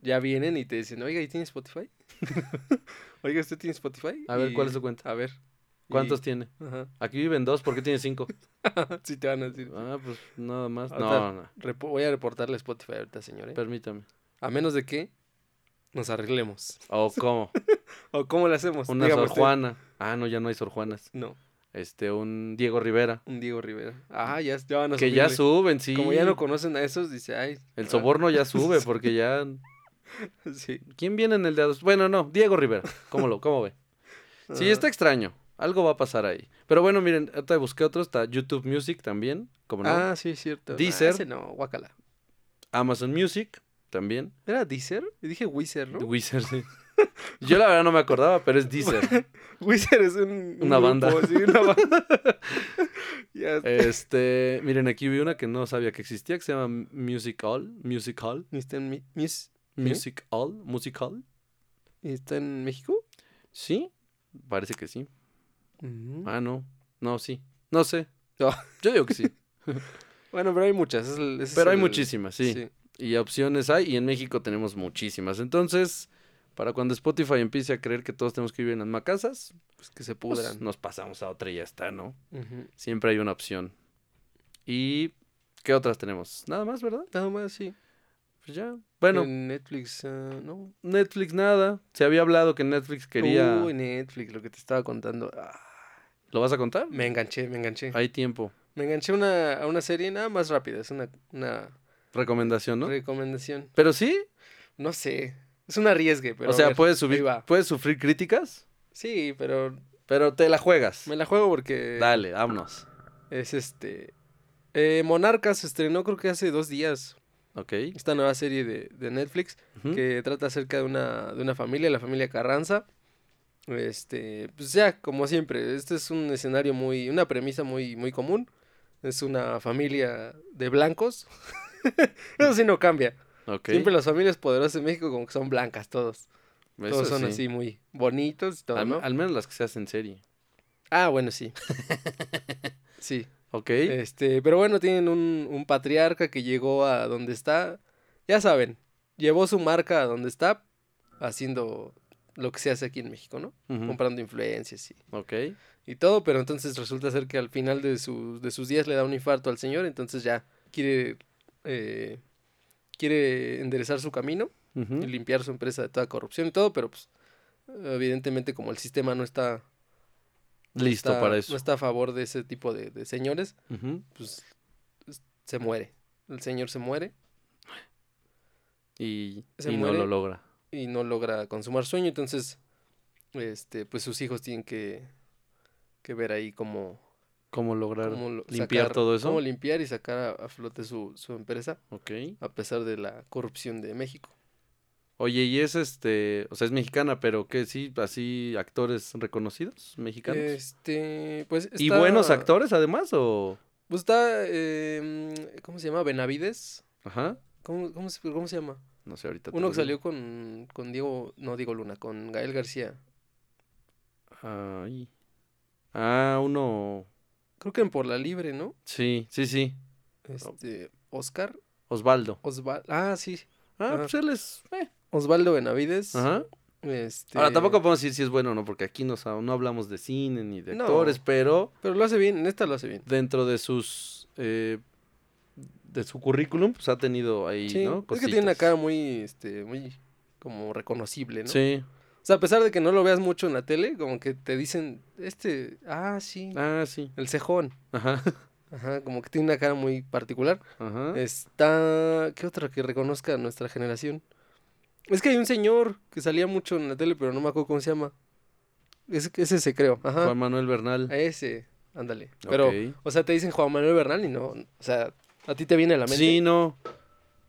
Speaker 1: ya vienen y te dicen, oiga, ¿y tiene Spotify? oiga, ¿usted tiene Spotify?
Speaker 2: A ver,
Speaker 1: Y-
Speaker 2: ¿cuál es su cuenta?
Speaker 1: A ver.
Speaker 2: ¿Cuántos tiene?
Speaker 1: Ajá.
Speaker 2: Aquí viven dos, ¿por qué tiene cinco?
Speaker 1: sí te van a decir.
Speaker 2: Ah, pues nada más.
Speaker 1: Ahorita-
Speaker 2: No, no,
Speaker 1: Repo- voy a reportarle a Spotify ahorita, señor. ¿eh?
Speaker 2: permítame.
Speaker 1: A menos de que nos arreglemos.
Speaker 2: ¿O cómo?
Speaker 1: Pues ¿O cómo le hacemos?
Speaker 2: Una
Speaker 1: Dígame
Speaker 2: Sor
Speaker 1: usted.
Speaker 2: Juana. Ah, no, ya no hay Sor Juanas.
Speaker 1: No,
Speaker 2: Este, un Diego Rivera.
Speaker 1: un Diego Rivera. Ah, ya, ya van a
Speaker 2: Mm. Que ya
Speaker 1: subirle.
Speaker 2: suben, sí.
Speaker 1: Como ya no conocen a esos, dice, ay.
Speaker 2: El
Speaker 1: ah,
Speaker 2: soborno ya sube porque ya...
Speaker 1: sí.
Speaker 2: ¿Quién viene en el de... a dos? Bueno, no, Diego Rivera. ¿Cómo lo, cómo ve? Sí,
Speaker 1: Ah,
Speaker 2: está extraño. Algo va a pasar ahí. Pero bueno, miren, ahorita busqué otro. Está YouTube Music también, como no.
Speaker 1: Ah, sí, es cierto. Ah,
Speaker 2: Deezer.
Speaker 1: ese no, guácala.
Speaker 2: Amazon Music también.
Speaker 1: ¿Era Deezer? Yo dije Wizard, ¿no?
Speaker 2: Deezer, sí. Yo la verdad no me acordaba, pero es Deezer.
Speaker 1: Wizard es un. un
Speaker 2: Una banda.
Speaker 1: grupo, sí, una banda. ya.
Speaker 2: Este, miren, aquí vi una que no sabía que existía, que se llama Music All. Music All.
Speaker 1: ¿Está, en, Mi- Miss-
Speaker 2: Music All. Music All.
Speaker 1: ¿Está en México?
Speaker 2: ¿Sí? Parece que sí.
Speaker 1: Ujú.
Speaker 2: Ah, no. No, sí. No sé.
Speaker 1: No.
Speaker 2: Yo digo que sí.
Speaker 1: Bueno, pero hay muchas. es el- ese es
Speaker 2: Pero hay
Speaker 1: el-
Speaker 2: muchísimas, sí. Y opciones hay, y en México tenemos muchísimas. Entonces, para cuando Spotify empiece a creer que todos tenemos que vivir en las macasas,
Speaker 1: Pues que se
Speaker 2: pues,
Speaker 1: pudran.
Speaker 2: nos pasamos a otra y ya está, ¿no?
Speaker 1: Ujú.
Speaker 2: Siempre hay una opción. ¿Y qué otras tenemos? Nada más, ¿verdad?
Speaker 1: Nada más, sí.
Speaker 2: Pues ya. Bueno,
Speaker 1: En Netflix, ah, no.
Speaker 2: Netflix nada. Se había hablado que Netflix quería...
Speaker 1: Uy, Netflix, lo que te estaba contando. Ah,
Speaker 2: ¿Lo vas a contar?
Speaker 1: me enganché, me enganché.
Speaker 2: Hay tiempo.
Speaker 1: Me enganché una, a una serie nada más rápida. Es una, una
Speaker 2: Recomendación, ¿no?
Speaker 1: recomendación.
Speaker 2: Pero sí.
Speaker 1: No sé. Es un arriesgue, pero.
Speaker 2: o sea,
Speaker 1: a ver,
Speaker 2: puedes,
Speaker 1: ahí
Speaker 2: subir,
Speaker 1: va.
Speaker 2: puedes sufrir críticas,
Speaker 1: Sí, pero
Speaker 2: pero te la juegas.
Speaker 1: me la juego porque.
Speaker 2: Dale, vámonos.
Speaker 1: Es este. Eh, Monarca se estrenó, creo que hace dos días.
Speaker 2: Ok.
Speaker 1: Esta nueva serie de, de Netflix
Speaker 2: Ujú.
Speaker 1: que trata acerca de una, de una familia, la familia Carranza. Este, pues ya, como siempre, este es un escenario muy, una premisa muy, muy común. Es una familia de blancos. Eso sí no cambia.
Speaker 2: Ok.
Speaker 1: Siempre las familias poderosas en México como que son blancas todos.
Speaker 2: Eso
Speaker 1: todos son
Speaker 2: sí.
Speaker 1: así muy bonitos y todo,
Speaker 2: Al,
Speaker 1: ¿no?
Speaker 2: al menos las que se hacen serie.
Speaker 1: Ah, bueno, sí. sí.
Speaker 2: Ok.
Speaker 1: Este, pero bueno, tienen un, un patriarca que llegó a donde está. Ya saben, llevó su marca a donde está, haciendo lo que se hace aquí en México, ¿no?
Speaker 2: Ujú.
Speaker 1: Comprando influencias y,
Speaker 2: Ok.
Speaker 1: y todo, pero entonces resulta ser que al final de, sus- de sus días le da un infarto al señor, entonces ya quiere, eh, quiere enderezar su camino
Speaker 2: Ujú.
Speaker 1: y limpiar su empresa de toda corrupción y todo, pero pues evidentemente como el sistema no está,
Speaker 2: Listo
Speaker 1: está- pues
Speaker 2: para
Speaker 1: no
Speaker 2: eso.
Speaker 1: está a favor de ese tipo de- de señores,
Speaker 2: Ujú.
Speaker 1: pues es- se muere. El señor se muere
Speaker 2: Y,
Speaker 1: Se
Speaker 2: y no
Speaker 1: muere.
Speaker 2: lo logra.
Speaker 1: y no logra consumar sueño, entonces este pues sus hijos tienen que que ver ahí cómo,
Speaker 2: ¿Cómo lograr
Speaker 1: cómo lo-
Speaker 2: limpiar
Speaker 1: sacar-
Speaker 2: todo eso?
Speaker 1: cómo limpiar y sacar a, a flote su, su empresa
Speaker 2: Ok.
Speaker 1: a pesar de la corrupción de México.
Speaker 2: Oye, y es este, o sea, es mexicana, pero que sí, así actores reconocidos mexicanos.
Speaker 1: Este, pues
Speaker 2: ¿Y
Speaker 1: está-
Speaker 2: buenos actores además o
Speaker 1: Pues está eh, ¿cómo se llama? Benavides.
Speaker 2: ajá?
Speaker 1: ¿Cómo, cómo se, cómo se llama?
Speaker 2: No sé, ahorita te
Speaker 1: Uno
Speaker 2: lo
Speaker 1: que
Speaker 2: digo.
Speaker 1: salió con, con Diego, no Diego Luna, con Gael García.
Speaker 2: Ay. Ah, uno
Speaker 1: Creo que en Por la Libre, ¿no?
Speaker 2: Sí, sí, sí.
Speaker 1: Este, Oscar,
Speaker 2: Osvaldo.
Speaker 1: Osvaldo, ah, sí,
Speaker 2: Ah,
Speaker 1: Ajá.
Speaker 2: pues él es eh.
Speaker 1: Osvaldo Benavides.
Speaker 2: Ajá.
Speaker 1: Este,
Speaker 2: Ahora tampoco podemos decir si es bueno o no, porque aquí no, sab- no hablamos de cine ni de
Speaker 1: No.
Speaker 2: actores, pero
Speaker 1: Pero lo hace bien, en esta lo hace bien.
Speaker 2: dentro de sus eh, de su currículum, pues ha tenido ahí,
Speaker 1: Sí,
Speaker 2: ¿no?
Speaker 1: es que tiene una
Speaker 2: Cositas.
Speaker 1: cara muy, este, muy como reconocible, ¿no?
Speaker 2: Sí.
Speaker 1: O sea, a pesar de que no lo veas mucho en la tele, como que te dicen, este, ah, sí,
Speaker 2: Ah, sí.
Speaker 1: el cejón.
Speaker 2: Ajá.
Speaker 1: Ajá, como que tiene una cara muy particular.
Speaker 2: Ajá.
Speaker 1: Está, ¿qué otra que reconozca a nuestra generación? Es que hay un señor que salía mucho en la tele, pero no me acuerdo cómo se llama. Es, ese se creo, ajá.
Speaker 2: Juan Manuel Bernal.
Speaker 1: A Ese, ándale. Pero,
Speaker 2: Ok.
Speaker 1: o sea, te dicen Juan Manuel Bernal y no, o sea, a ti te viene a la mente.
Speaker 2: Sí, no.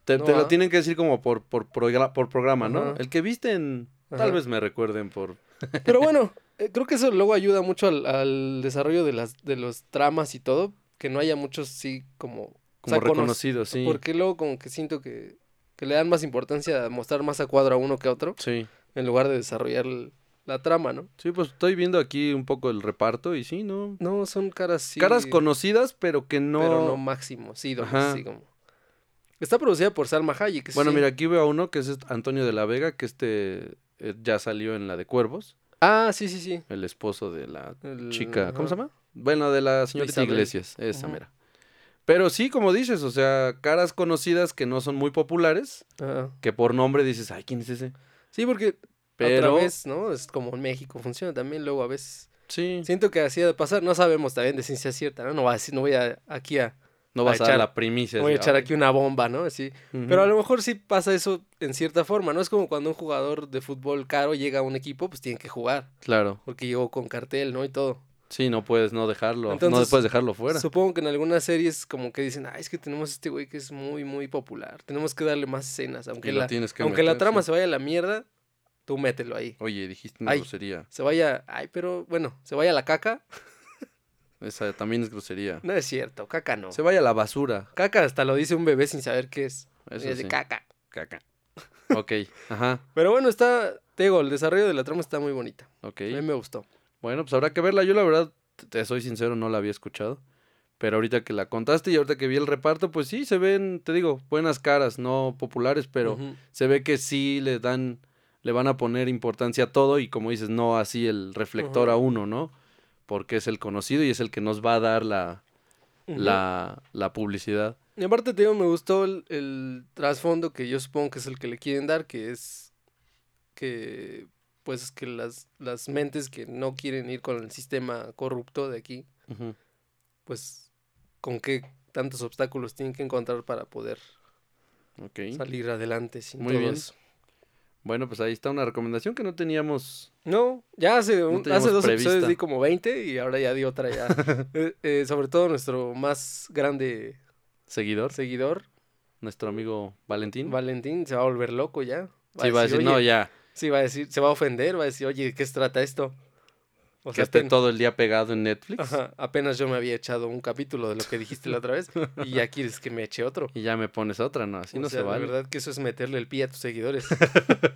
Speaker 2: Te,
Speaker 1: No,
Speaker 2: te
Speaker 1: ah.
Speaker 2: lo tienen que decir como por, por, progra- por programa, ¿no?
Speaker 1: Ajá.
Speaker 2: El que visten,
Speaker 1: Ajá.
Speaker 2: tal vez me recuerden por...
Speaker 1: Pero bueno, eh, creo que eso luego ayuda mucho al, al desarrollo de las de los tramas y todo, que no haya muchos sí como o
Speaker 2: Como
Speaker 1: sea, conoc-
Speaker 2: reconocido, sí.
Speaker 1: Porque luego como que siento que, que le dan más importancia a mostrar más a cuadro a uno que a otro,
Speaker 2: Sí.
Speaker 1: en lugar de desarrollar l- la trama, ¿no?
Speaker 2: Sí, pues estoy viendo aquí un poco el reparto y sí, ¿no?
Speaker 1: No, son caras sí,
Speaker 2: Caras conocidas, pero que no...
Speaker 1: pero no máximos, ídolos,
Speaker 2: Ajá.
Speaker 1: así como. Está producida por Salma Hayek. que
Speaker 2: Bueno,
Speaker 1: sí-
Speaker 2: mira, aquí veo a uno que es este Antonio de la Vega, que este eh, ya salió en la de Cuervos.
Speaker 1: Ah, sí, sí, sí.
Speaker 2: El esposo de la
Speaker 1: El-
Speaker 2: chica, ¿cómo se
Speaker 1: ajá.
Speaker 2: llama? Bueno, de la señorita
Speaker 1: Isabel.
Speaker 2: Iglesias, esa
Speaker 1: Ujú.
Speaker 2: mera. Pero sí, como dices, o sea, caras conocidas que no son muy populares,
Speaker 1: Ajá.
Speaker 2: que por nombre dices, ay, ¿quién es ese?
Speaker 1: Sí, porque
Speaker 2: Pero-
Speaker 1: otra vez, ¿no? Es como en México funciona también luego a veces.
Speaker 2: Sí.
Speaker 1: Siento que así ha de pasar, no sabemos también de ciencia cierta, ¿no? No, voy a decir- no voy a aquí a,
Speaker 2: No vas a,
Speaker 1: echar-
Speaker 2: dar la primicia.
Speaker 1: no voy a
Speaker 2: así,
Speaker 1: echar
Speaker 2: "Ay".
Speaker 1: aquí una bomba, ¿no? Así.
Speaker 2: Ujú.
Speaker 1: Pero a lo mejor sí pasa eso en cierta forma, ¿no? Es como cuando un jugador de fútbol caro llega a un equipo, pues tiene que jugar,
Speaker 2: Claro.
Speaker 1: porque llegó con cartel, ¿no? Y todo.
Speaker 2: Sí, no puedes no dejarlo,
Speaker 1: Entonces,
Speaker 2: no puedes dejarlo fuera.
Speaker 1: Supongo que en algunas series como que dicen, ah, es que tenemos este güey que es muy, muy popular, tenemos que darle más escenas, aunque,
Speaker 2: Y lo
Speaker 1: la,
Speaker 2: tienes que
Speaker 1: aunque la
Speaker 2: meter,
Speaker 1: trama
Speaker 2: sí.
Speaker 1: se vaya a la mierda, tú mételo ahí.
Speaker 2: Oye, dijiste una
Speaker 1: Ay.
Speaker 2: grosería.
Speaker 1: Se vaya, ay, pero bueno, se vaya a la caca,
Speaker 2: Esa también es grosería.
Speaker 1: no es cierto, caca no.
Speaker 2: Se vaya a la basura.
Speaker 1: Caca hasta lo dice un bebé sin saber qué es.
Speaker 2: Eso
Speaker 1: es
Speaker 2: sí.
Speaker 1: de caca.
Speaker 2: Caca. Ok, ajá,
Speaker 1: Pero bueno, está, te digo, el desarrollo de la trama está muy bonita.
Speaker 2: ok.
Speaker 1: A mí me gustó.
Speaker 2: Bueno, pues habrá que verla. Yo la verdad, te- te soy sincero, no la había escuchado. Pero ahorita que la contaste y ahorita que vi el reparto, pues sí, se ven, te digo, buenas caras, no populares, pero
Speaker 1: Ujú.
Speaker 2: se ve que sí le dan, le van a poner importancia a todo y como dices, no así el reflector
Speaker 1: Ujú.
Speaker 2: a uno, ¿no? Porque es el conocido y es el que nos va a dar la,
Speaker 1: Ujú.
Speaker 2: la, la publicidad.
Speaker 1: Y aparte, te digo, me gustó el, el trasfondo que yo supongo que es el que le quieren dar, que es que pues que las, las mentes que no quieren ir con el sistema corrupto de aquí,
Speaker 2: Ujú.
Speaker 1: pues con qué tantos obstáculos tienen que encontrar para poder
Speaker 2: Ok.
Speaker 1: salir adelante sin
Speaker 2: Muy
Speaker 1: todo
Speaker 2: bien.
Speaker 1: eso.
Speaker 2: Bueno, pues ahí está una recomendación que no teníamos.
Speaker 1: No, ya hace, un-
Speaker 2: teníamos
Speaker 1: hace dos episodios
Speaker 2: prevista.
Speaker 1: di como 20 y ahora ya di otra ya. Eh, eh, sobre todo nuestro más grande
Speaker 2: Seguidor,
Speaker 1: seguidor,
Speaker 2: nuestro amigo Valentín.
Speaker 1: Valentín, se va a volver loco ya.
Speaker 2: sí, va a decir,
Speaker 1: "Oye,
Speaker 2: no, ya,
Speaker 1: Sí, va a decir, se va a ofender, va a decir, oye, ¿de qué se trata esto? O
Speaker 2: que
Speaker 1: sea,
Speaker 2: esté
Speaker 1: apen-
Speaker 2: todo el día pegado en Netflix.
Speaker 1: Ajá, apenas yo me había echado un capítulo de lo que dijiste la otra vez y ya quieres que me eche otro.
Speaker 2: Y ya me pones otra, ¿no? Así
Speaker 1: O
Speaker 2: no
Speaker 1: sea,
Speaker 2: se vale.
Speaker 1: La verdad que eso es meterle el pie a tus seguidores.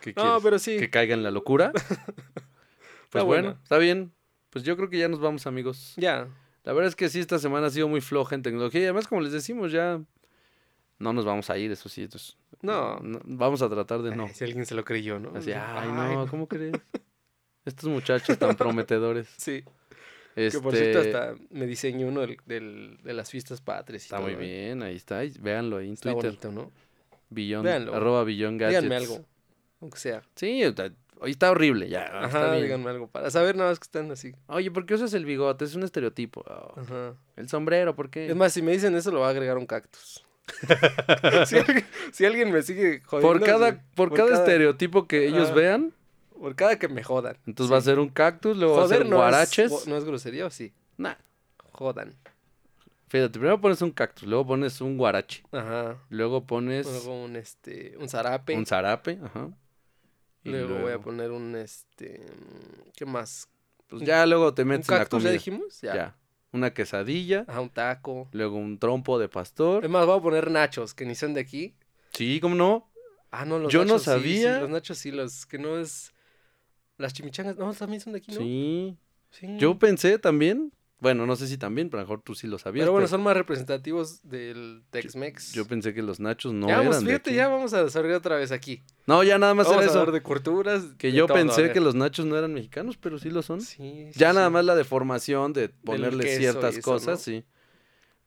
Speaker 2: ¿Qué
Speaker 1: no,
Speaker 2: quieres?
Speaker 1: pero sí.
Speaker 2: ¿Que caiga en la locura? pues bueno,
Speaker 1: buena.
Speaker 2: está bien. Pues yo creo que ya nos vamos, amigos.
Speaker 1: Ya.
Speaker 2: La verdad es que sí, esta semana ha sido muy floja en tecnología. Y además, como les decimos, ya no nos vamos a ir, eso sí. entonces,
Speaker 1: No.
Speaker 2: Vamos a tratar de no.
Speaker 1: Ay, si alguien se lo creyó, ¿no?
Speaker 2: Así, ay,
Speaker 1: Ay,
Speaker 2: no, ¿cómo crees? Estos muchachos tan prometedores.
Speaker 1: Sí.
Speaker 2: Este,
Speaker 1: Que por cierto hasta me diseñé uno del, del- de las fiestas patrias. y
Speaker 2: Está
Speaker 1: todo,
Speaker 2: muy
Speaker 1: ¿eh?
Speaker 2: bien, ahí está. y Véanlo ahí en
Speaker 1: Está
Speaker 2: Twitter.
Speaker 1: bonito, ¿no?
Speaker 2: Beyond-
Speaker 1: Véanlo.
Speaker 2: Arroba Beyond Gadgets.
Speaker 1: Díganme algo. Aunque sea.
Speaker 2: Sí, está- hoy está horrible ya. Ah, está
Speaker 1: Ajá,
Speaker 2: bien.
Speaker 1: díganme algo. Para saber nada más que están así.
Speaker 2: Oye, ¿por qué usas el bigote? Es un estereotipo. Oh,
Speaker 1: Ajá.
Speaker 2: El sombrero, ¿por qué?
Speaker 1: Ah. Es más, si me dicen eso, lo va a agregar un cactus. si, alguien, si alguien me sigue jodiendo.
Speaker 2: por cada,
Speaker 1: sí.
Speaker 2: por cada, estereotipo que ellos
Speaker 1: Ajá.
Speaker 2: vean,
Speaker 1: Por cada que me jodan.
Speaker 2: entonces
Speaker 1: Sí.
Speaker 2: va a ser un cactus, luego va a
Speaker 1: Joder,
Speaker 2: ser
Speaker 1: no
Speaker 2: guaraches.
Speaker 1: Es, no es grosería o sí.
Speaker 2: Nah,
Speaker 1: Jodan.
Speaker 2: fíjate, primero pones un cactus, luego pones un guarache,
Speaker 1: Ajá.
Speaker 2: luego pones
Speaker 1: Luego un este. Un zarape.
Speaker 2: un zarape, ajá. Y
Speaker 1: luego, voy a
Speaker 2: luego-
Speaker 1: poner un este. mm, ¿Qué más?
Speaker 2: pues ya luego te
Speaker 1: Un
Speaker 2: metes en la
Speaker 1: cactus, ya
Speaker 2: comida.
Speaker 1: dijimos. Ya.
Speaker 2: ya. Una quesadilla,
Speaker 1: Ajá, Em, un taco.
Speaker 2: luego un trompo de pastor.
Speaker 1: Es más, voy a poner nachos, que ni son de aquí.
Speaker 2: Sí, ¿cómo no?
Speaker 1: Ah, no, los
Speaker 2: Yo no
Speaker 1: nachos sí, sí,
Speaker 2: sabía.
Speaker 1: los nachos sí, los que no es. Las chimichangas, no, también son de aquí, ¿no? Mm.
Speaker 2: Sí.
Speaker 1: Sí.
Speaker 2: Yo pensé también, bueno, no sé si también, pero a lo mejor tú sí lo sabías.
Speaker 1: Pero bueno,
Speaker 2: pero-
Speaker 1: son más representativos del Tex-Mex.
Speaker 2: Yo pensé que los nachos no
Speaker 1: ya vamos,
Speaker 2: eran de
Speaker 1: fíjate,
Speaker 2: aquí.
Speaker 1: ya vamos a desarrollar otra vez aquí.
Speaker 2: No, ya nada más
Speaker 1: Vamos a
Speaker 2: era
Speaker 1: hablar
Speaker 2: eso.
Speaker 1: de culturas.
Speaker 2: Que
Speaker 1: de
Speaker 2: yo
Speaker 1: todo, a
Speaker 2: pensé
Speaker 1: ver.
Speaker 2: que los nachos no eran mexicanos, pero sí lo son.
Speaker 1: Sí, sí,
Speaker 2: ya nada
Speaker 1: sí.
Speaker 2: más la deformación de ponerle
Speaker 1: queso y
Speaker 2: ciertas
Speaker 1: eso,
Speaker 2: cosas,
Speaker 1: ¿no?
Speaker 2: sí.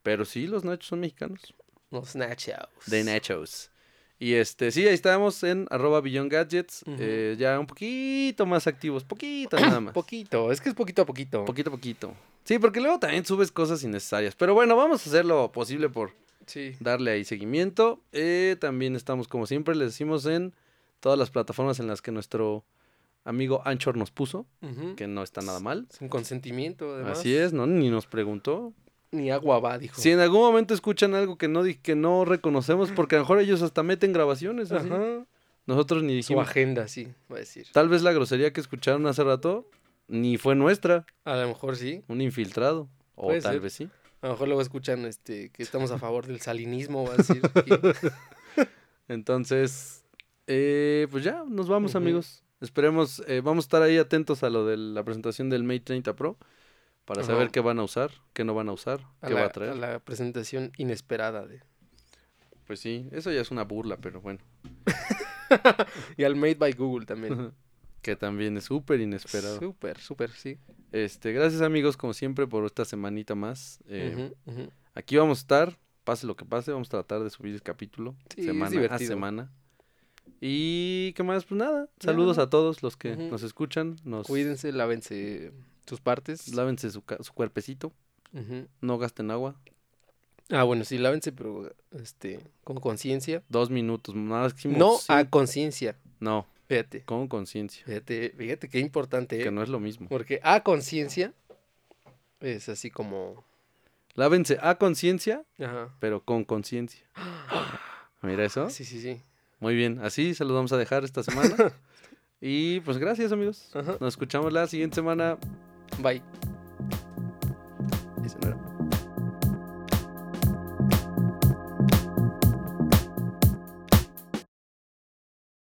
Speaker 2: Pero sí, los nachos son mexicanos.
Speaker 1: Los nachos.
Speaker 2: De nachos. Y este, sí, ahí estamos en arroba Beyond Gadgets.
Speaker 1: Ujú.
Speaker 2: eh, ya un poquito más activos, poquito nada más.
Speaker 1: Poquito, es que es poquito a poquito.
Speaker 2: poquito a poquito. Sí, porque luego también subes cosas innecesarias. Pero bueno, vamos a hacer lo posible por
Speaker 1: sí.
Speaker 2: darle ahí seguimiento. Eh, también estamos, como siempre, les decimos en todas las plataformas en las que nuestro amigo Anchor nos puso,
Speaker 1: Ujú.
Speaker 2: que no está nada mal.
Speaker 1: Sin consentimiento, además.
Speaker 2: Así es, ¿no? Ni nos preguntó.
Speaker 1: Ni agua va, dijo.
Speaker 2: Si en algún momento escuchan algo que no, di- que no reconocemos, porque a lo mejor ellos hasta meten grabaciones así.
Speaker 1: Ajá.
Speaker 2: Nosotros ni
Speaker 1: Su
Speaker 2: dijimos.
Speaker 1: agenda, sí, va a decir.
Speaker 2: Tal vez la grosería que escucharon hace rato ni fue nuestra,
Speaker 1: A lo mejor sí.
Speaker 2: un infiltrado. O
Speaker 1: Puede
Speaker 2: tal
Speaker 1: ser.
Speaker 2: vez sí.
Speaker 1: A lo mejor luego escuchan este que estamos a favor del salinismo, va a decir. aquí.
Speaker 2: Entonces, eh, pues ya, nos vamos,
Speaker 1: Ujú.
Speaker 2: amigos. Esperemos, eh, vamos a estar ahí atentos a lo de la presentación del Mate 30 Pro para
Speaker 1: Ajá.
Speaker 2: saber qué van a usar, qué no van a usar,
Speaker 1: A
Speaker 2: qué
Speaker 1: la-
Speaker 2: va a traer.
Speaker 1: a la presentación inesperada de.
Speaker 2: Pues sí, eso ya es una burla, pero bueno.
Speaker 1: Y al Made by Google también.
Speaker 2: que también es súper inesperado.
Speaker 1: Súper, súper, sí.
Speaker 2: Este, gracias amigos, como siempre, por esta semanita más. Eh,
Speaker 1: Ujú, ujú.
Speaker 2: Aquí vamos a estar, pase lo que pase, vamos a tratar de subir el capítulo
Speaker 1: Sí, es
Speaker 2: semana a
Speaker 1: divertido.
Speaker 2: semana. Y qué más, pues nada, saludos a todos los que
Speaker 1: Ujú.
Speaker 2: nos escuchan, nos
Speaker 1: Cuídense, lávense sus partes.
Speaker 2: pues, lávense su, ca- su cuerpecito,
Speaker 1: Ujú.
Speaker 2: no gasten agua,
Speaker 1: Ah, bueno, sí, lávense, pero este, con conciencia.
Speaker 2: dos minutos, máximo
Speaker 1: No
Speaker 2: cinco-
Speaker 1: a conciencia.
Speaker 2: no,
Speaker 1: Fíjate,
Speaker 2: con conciencia,
Speaker 1: fíjate, fíjate qué importante. ¿eh?
Speaker 2: que no es lo mismo.
Speaker 1: Porque a conciencia es así como.
Speaker 2: Lávense a conciencia,
Speaker 1: Ajá.
Speaker 2: pero con conciencia. Mira eso.
Speaker 1: Ah, Sí, sí, sí.
Speaker 2: Muy bien, así se los vamos a dejar esta semana. y pues gracias amigos.
Speaker 1: Ajá.
Speaker 2: Nos escuchamos la siguiente semana.
Speaker 1: Bye.
Speaker 2: Ese no era.